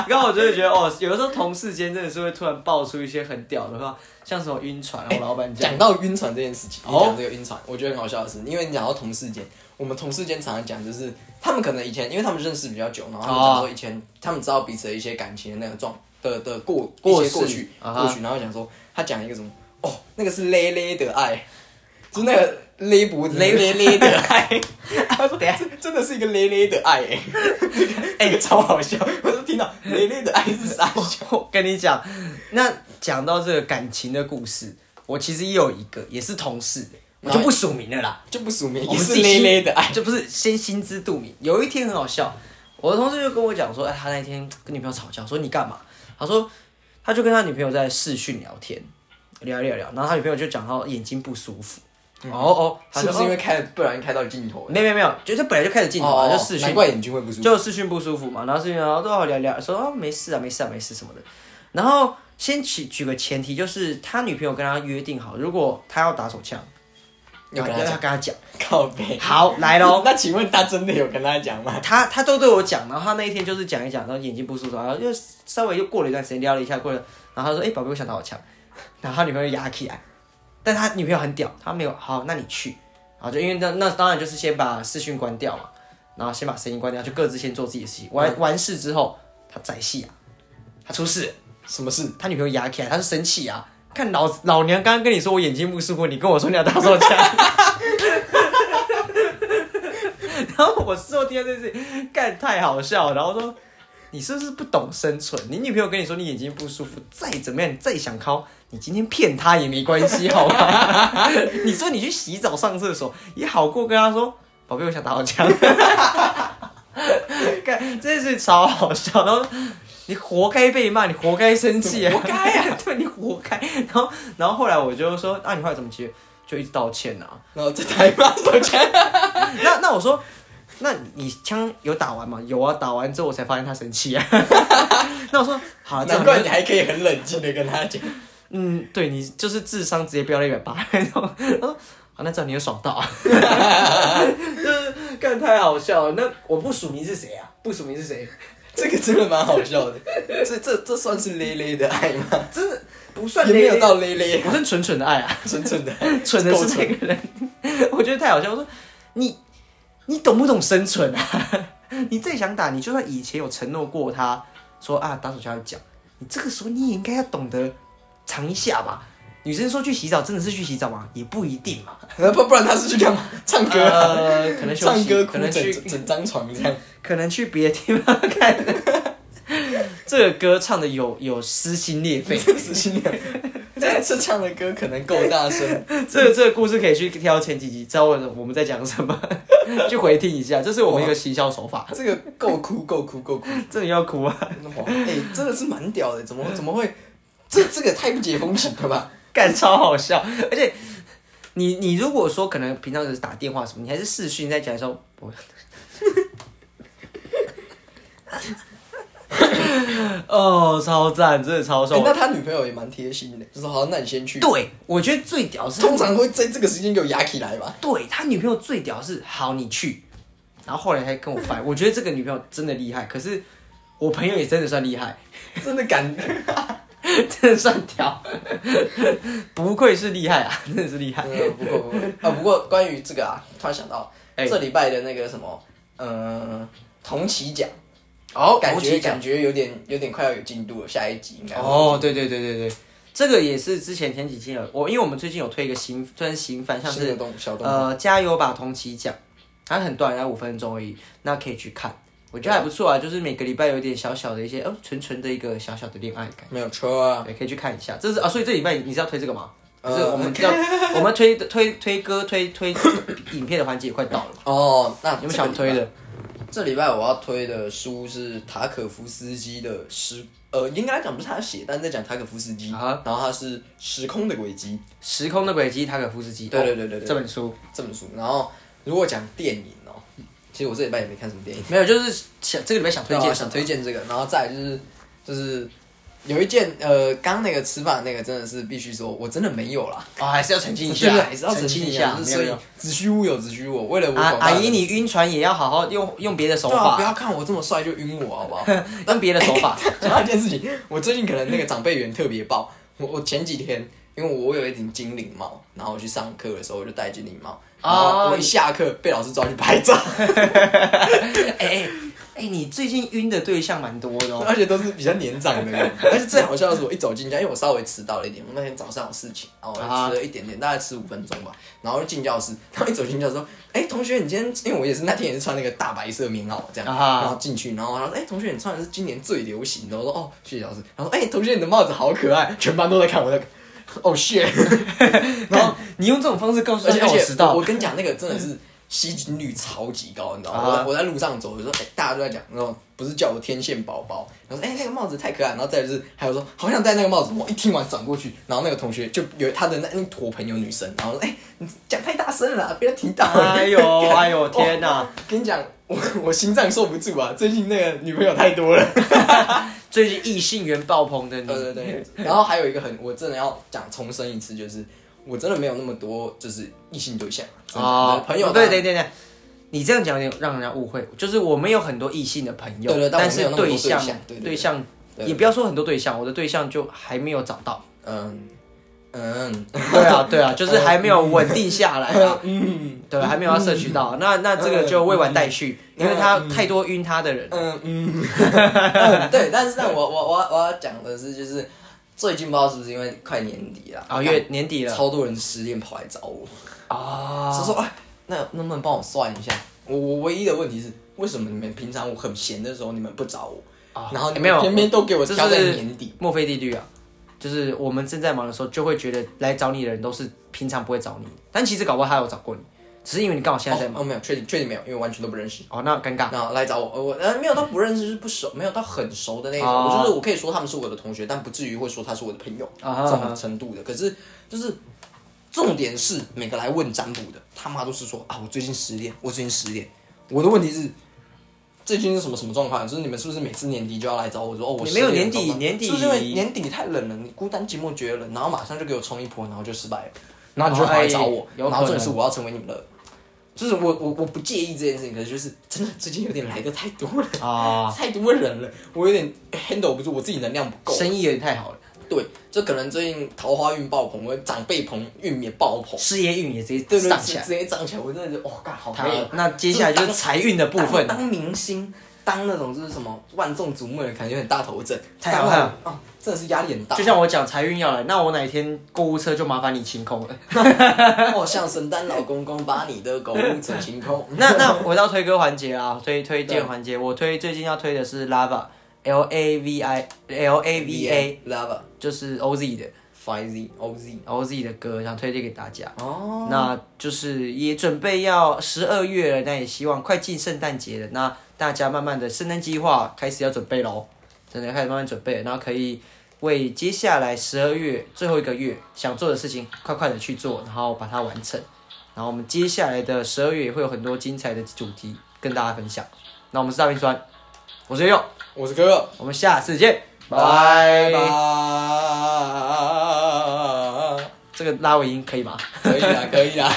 A: 然后我就会觉得哦，有的时候同事间真的是会突然爆出一些很屌的话，像什么晕船，然后老板讲
B: 讲到晕船这件事情，你
A: 哦
B: 讲这个晕船，我觉得很好笑的是，因为你讲到同事间，我们同事间常常讲，就是他们可能以前，因为他们认识比较久，然后他们
A: 哦
B: 讲说以前他们知道彼此的一些感情的那个状的的过
A: 过
B: 一些过
A: 世
B: 去
A: 啊哈
B: 过去，然后讲说他讲一个什么哦，那个是勒勒的爱，就那个勒脖子
A: 勒勒勒的爱， *laughs*
B: 他说：“
A: 等一下
B: 这 *laughs* 真的是一个累累的
A: *laughs*
B: 爱、欸，哎、超好笑！我都听到累累的爱是
A: *laughs*
B: 啥？
A: 我跟你讲，那讲到这个感情的故事，我其实也有一个，也是同事，我就不署名了啦。
B: 就不署名，
A: 我
B: 也
A: 们自
B: 是
A: 己
B: 累累的爱。
A: 就不是先心知肚明。有一天很好笑，我的同事就跟我讲说，哎，他那天跟女朋友吵架，我说你干嘛？他说他就跟他女朋友在视讯聊天，聊一聊聊，然后他女朋友就讲到眼睛不舒服，哦哦，他
B: 嗯是
A: 就
B: 不是
A: 哦
B: 因为开了不小心开到镜头了？
A: 没有没有没有，就是本来就开始镜头啊，就视
B: 哦难
A: 讯，
B: 怪眼睛会不舒服。
A: 就视讯不舒服嘛，然后视讯然后都好聊聊，说哦没事啊没事啊没事什么的。然后先举举个前提，就是他女朋友跟他约定好，如果他要打手枪，
B: 有跟
A: 要
B: 他
A: 要
B: 讲
A: 跟他讲。
B: *laughs* 靠背，。
A: 好，来喽
B: 哎 *laughs* 那请问他真的有跟他讲吗？
A: 他他都对我讲，然后他那一天就是讲一讲，然后眼睛不舒服，然后又稍微又过了一段时间聊了一下，过了，然后他说：“哎、宝贝，我想打我枪。”然后他女朋友压起来，但他女朋友很屌，他没有好，那你去，然后就因为那那当然就是先把视讯关掉嘛，然后先把声音关掉，就各自先做自己的事情。完、完事之后，他载戏啊，他出事了，
B: 什么事？
A: 他女朋友压起来，他就生气啊，看老老娘刚刚跟你说我眼睛不舒服，你跟我说你要打手枪。 *laughs* 然后我事后听到这件事情，干太好笑了。然后说，你是不是不懂生存？你女朋友跟你说你眼睛不舒服，再怎么样，你再想靠，你今天骗她也没关系，好吗？ *laughs* 你说你去洗澡、上厕所也好过跟她说，宝贝，我想打好枪。 *laughs* 干这件事情超好笑，然后你活该被骂，你活该生气、啊，
B: *laughs* 活该
A: 啊！ *laughs* 对，你活该。然后，然后后来我就说，啊那、你后来怎么解决？就一直道歉啊。 *laughs*
B: 然 *laughs* 后这台骂手枪，
A: 那那我说，那你枪有打完吗？有啊，打完之后我才发现他生气啊。 *laughs* 那我说，好了，这
B: 难
A: 样
B: 怪
A: 你
B: 你还可以很冷静的跟他讲。
A: 嗯，对你就是智商直接飙到一百八。 *laughs* 然后他说，好，那这样你有爽到啊？ *laughs* 就是干太好笑了。那我不署名是谁啊？不署名是谁？
B: 这个真的蛮好笑的，这这这算是勒勒的爱吗？
A: 真的不算
B: 也没
A: 勒
B: 有
A: 勒
B: 到勒勒，
A: 我是纯纯的爱啊，
B: 纯纯的爱，
A: 纯的
B: 够
A: 是那个人。我觉得太好笑。我说，你你懂不懂生存啊？ *laughs* 你再想打，你就算以前有承诺过他说啊打手枪要讲，你这个时候你也应该要懂得尝一下吧。女生说去洗澡，真的是去洗澡吗？也不一定
B: *laughs*
A: 嘛。
B: 然后不不然他是去干嘛？唱歌啊、
A: 呃，可能休
B: 唱
A: 息，
B: 歌
A: 可
B: 哭
A: 能
B: 整
A: 去
B: 整整张床 *laughs* 这样。
A: 可能去别的地方看。 *laughs* 这个歌唱的有有撕心裂肺，
B: 死心了。这次唱的歌可能够大声，
A: 这个这个故事可以去挑前几集，知道我我们在讲什么， *laughs* 去回听一下。这是我们一个行销手法，
B: 这个够哭够哭 *laughs* 够哭，
A: 真的要哭啊！ *laughs*
B: 哇，哎、真的是蛮屌的，怎么怎么会？这这个太不解风情了吧？
A: 干超好笑，而且你你如果说可能平常只是打电话什么，你还是视讯在讲的时候，我 *laughs* 哦，超赞，真的超
B: 哎
A: 爽。
B: 那他女朋友也蛮贴心的，就说好，那你先去。
A: 对，我觉得最屌是，
B: 通常会在这个时间给我压起来吧？
A: 对他女朋友最屌是好你去，然后后来还跟我翻，我觉得这个女朋友真的厉害，可是我朋友也 *laughs* 真的算厉害，
B: 真的敢，
A: 真的算屌，不愧是厉害 *laughs* 啊，真的是厉害。
B: 嗯，不过不过啊，不过关于这个啊，突然想到、
A: 哎
B: 这礼拜的那个什么，嗯，红旗奖，
A: 哦
B: 感觉感觉有点有点快要有进度了，下一集应该会
A: 哦，对对对对对，这个也是之前前几期有我，因为我们最近有推一个新，算是新番，像
B: 新的
A: 是
B: 动小动画。
A: 呃加油吧同期奖，它很短，啊然后五分钟而已，那可以去看，我觉得还不错啊，就是每个礼拜有点小小的一些，哦，纯纯的一个小小的恋爱感，
B: 没有车啊，
A: 对，可以去看一下。这是啊，所以这礼拜你是要推这个吗？可是我们 *laughs* 要我们推推推歌推推影片的环节也快到了，
B: 哦，那
A: 有没有想推的？
B: 这礼拜我要推的书是塔可夫斯基的《时》，呃，应该来讲不是他写，但是在讲塔可夫斯基，
A: 啊
B: 然后他是《时空的轨迹
A: 时空的轨迹，塔可夫斯基。
B: 对对对对对
A: 哦这本书》
B: 这本书。然后如果讲电影哦，其实我这礼拜也没看什么电影，
A: 没有，就是想这个里面想推
B: 对啊
A: 荐什
B: 想
A: 么？
B: 推荐这个，然后再来就是就是有一件呃，刚那个吃饭那个真的是必须说，我真的没有啦，
A: 啊，还是要澄清一
B: 对
A: 下，
B: 对还是要
A: 澄
B: 清
A: 一
B: 下，就是
A: 没
B: 所
A: 有
B: 以。子虚乌有子虚我，为了我
A: 阿
B: 广大
A: 阿
B: 的
A: 姨，你晕船也要好好用用别的手
B: 对啊，不
A: 法，
B: 要看我这么帅就晕我好不 *laughs* 好？
A: 用别的手法。
B: 讲到一件事情，我最近可能那个长辈缘特别爆。我我前几天，因为我有一顶精灵帽，然后我去上课的时候我就戴精灵帽，然
A: 啊
B: 后我一下课被老师抓去拍照，
A: *laughs* 哎哎哎，你最近晕的对象蛮多的 *laughs* 哦。
B: *laughs* 而且都是比较年长的人。而且最好笑的是，我一走进家，因为我稍微迟到了一点，我那天早上有事情，然后我
A: 啊
B: 就迟了一点点，大概迟五分钟吧，然后就进教室，然后一走进教室说：“哎、同学，你今天因为我也是那天也是穿那个大白色棉袄这样，
A: 啊
B: 然后进去，然后他说：哎、同学，你穿的是今年最流行的。”我说：“哦，谢谢老师。”然后哎、同学，你的帽子好可爱，全班都在看我在看。哦、谢。 *laughs*
A: 然后你用这种方式告诉
B: 而且
A: 他
B: 而且
A: 我迟到
B: 我，跟你讲，那个真的是吸金率超级高，你知道吗？
A: 啊
B: 我在我在路上走，有时候哎大家都在讲，然后不是叫我天线宝宝，然后说哎、那个帽子太可爱，然后再来就是还有说好想戴那个帽子，我一听完转过去，然后那个同学就有他的那那坨朋友女生，然后说哎、你讲太大声了啦，别听到
A: *laughs*
B: 了。
A: 哎呦哎呦天哪！
B: *laughs* 跟你讲，我我心脏受不住啊！最近那个女朋友太多
A: *laughs*
B: 了。
A: *laughs* 最近异性缘爆棚的你，
B: 对对对。然后还有一个很，我真的要讲重申一次，就是我真的没有那么多就是异性对象啊真的
A: 哦，
B: 朋友
A: 对对对对，你这样讲有点让人家误会，就是我没有很多异性的朋友，
B: 对对但我
A: 但
B: 没有
A: 是
B: 那么多对
A: 象
B: 象对对对
A: 象
B: 对
A: 也不要说很多对象，我的对象就还没有找
B: *laughs*
A: 到，
B: 嗯嗯
A: 对啊对啊，就是还没有稳定下来啊，嗯，对，还没有要摄取到，那那这个就未完待续，因为他太多晕他的人，
B: 嗯嗯，嗯 *laughs* 对，但是但我我我我要讲的是，就是最近不知道是不是因为快年底了，
A: 啊，月年底了
B: 超多人失恋跑来找我，
A: 啊，
B: 就说哎，那能不能帮我算一下？我我唯一的问题是，为什么你们平常我很闲的时候你们不找我，然后
A: 哦
B: 你
A: 哎没
B: 们
A: 有
B: 偏偏都给我
A: 这
B: 挑在
A: 是
B: 年底？
A: 墨菲定律啊，就是我们正在忙的时候，就会觉得来找你的人都是平常不会找你，但其实搞不好他有找过你，只是因为你刚好现在在
B: 哦
A: 忙。
B: 哦，没有，确定确定没有，因为完全都不认识。
A: 哦，那尴尬。
B: 然后来找我，呃我呃没有到不认识，就是不熟，没有到很熟的那种。
A: 哦
B: 我就是我可以说他们是我的同学，但不至于会说他是我的朋友、
A: 啊哈
B: 这种程度的。可是就是重点是每个来问占卜的，他妈都是说啊，我最近失恋，我最近失恋。我的问题是最近是什么什么状况？就是你们是不是每次年底就要来找我说哦，我
A: 你没有
B: 失恋
A: 年底
B: 了怎么办
A: 年底
B: 是不是因为年底太冷了，你孤单寂寞觉得冷，然后马上就给我冲一波，然后就失败了，然后你就跑来找我
A: 哦，哎有可能
B: 然后重点是我要成为你们的就是我我我不介意这件事情，可是就是真的最近有点来的太多了，
A: 啊，
B: *laughs* 太多人了，我有点 handle 不住，我自己能量不够。
A: 生意有点太好了，
B: 对，就可能最近桃花运爆棚，我长辈棚运也爆棚，
A: 事业运也直接
B: 对对
A: 上
B: 对，
A: 起
B: 直
A: 来。
B: 直接涨起来，我真的觉得哇，干好
A: 他
B: 累哦。
A: 那接下来就是财运的部
B: *laughs*
A: 分
B: 当，当明星，当那种就是什么万众瞩目的，感觉很大头症，
A: 太好看了
B: 当那种，哦，真的是压力很大
A: 就。像我讲财运要来，那我哪一天购物车就麻烦你清空
B: *laughs*
A: 了。
B: 哦，像神丹老公公把你的狗物扯晴
A: *laughs*
B: 空。嗯
A: 那那回到推歌环节啊，推推
B: 对
A: 荐环节，我推最近要推的是 Lava L A V I L A V A，
B: Lava
A: 就是 O Z 的
B: Five Z O Z
A: O Z 的歌，想推荐给大家。
B: 哦，
A: 那就是也准备要十二月了，那也希望快进圣诞节了，那大家慢慢的圣诞计划开始要准备喽，真的开始慢慢准备了，然后可以为接下来十二月最后一个月想做的事情快快的去做，然后把它完成。然后我们接下来的十二月也会有很多精彩的主题跟大家分享。那我们是大冰酸，我是佑，
B: 我是哥哥。
A: 我们下次见，
B: 拜 *laughs*
A: 拜拜。
B: 拜。
A: 这个拉尾音可以吗？
B: 可以啦，可以啦。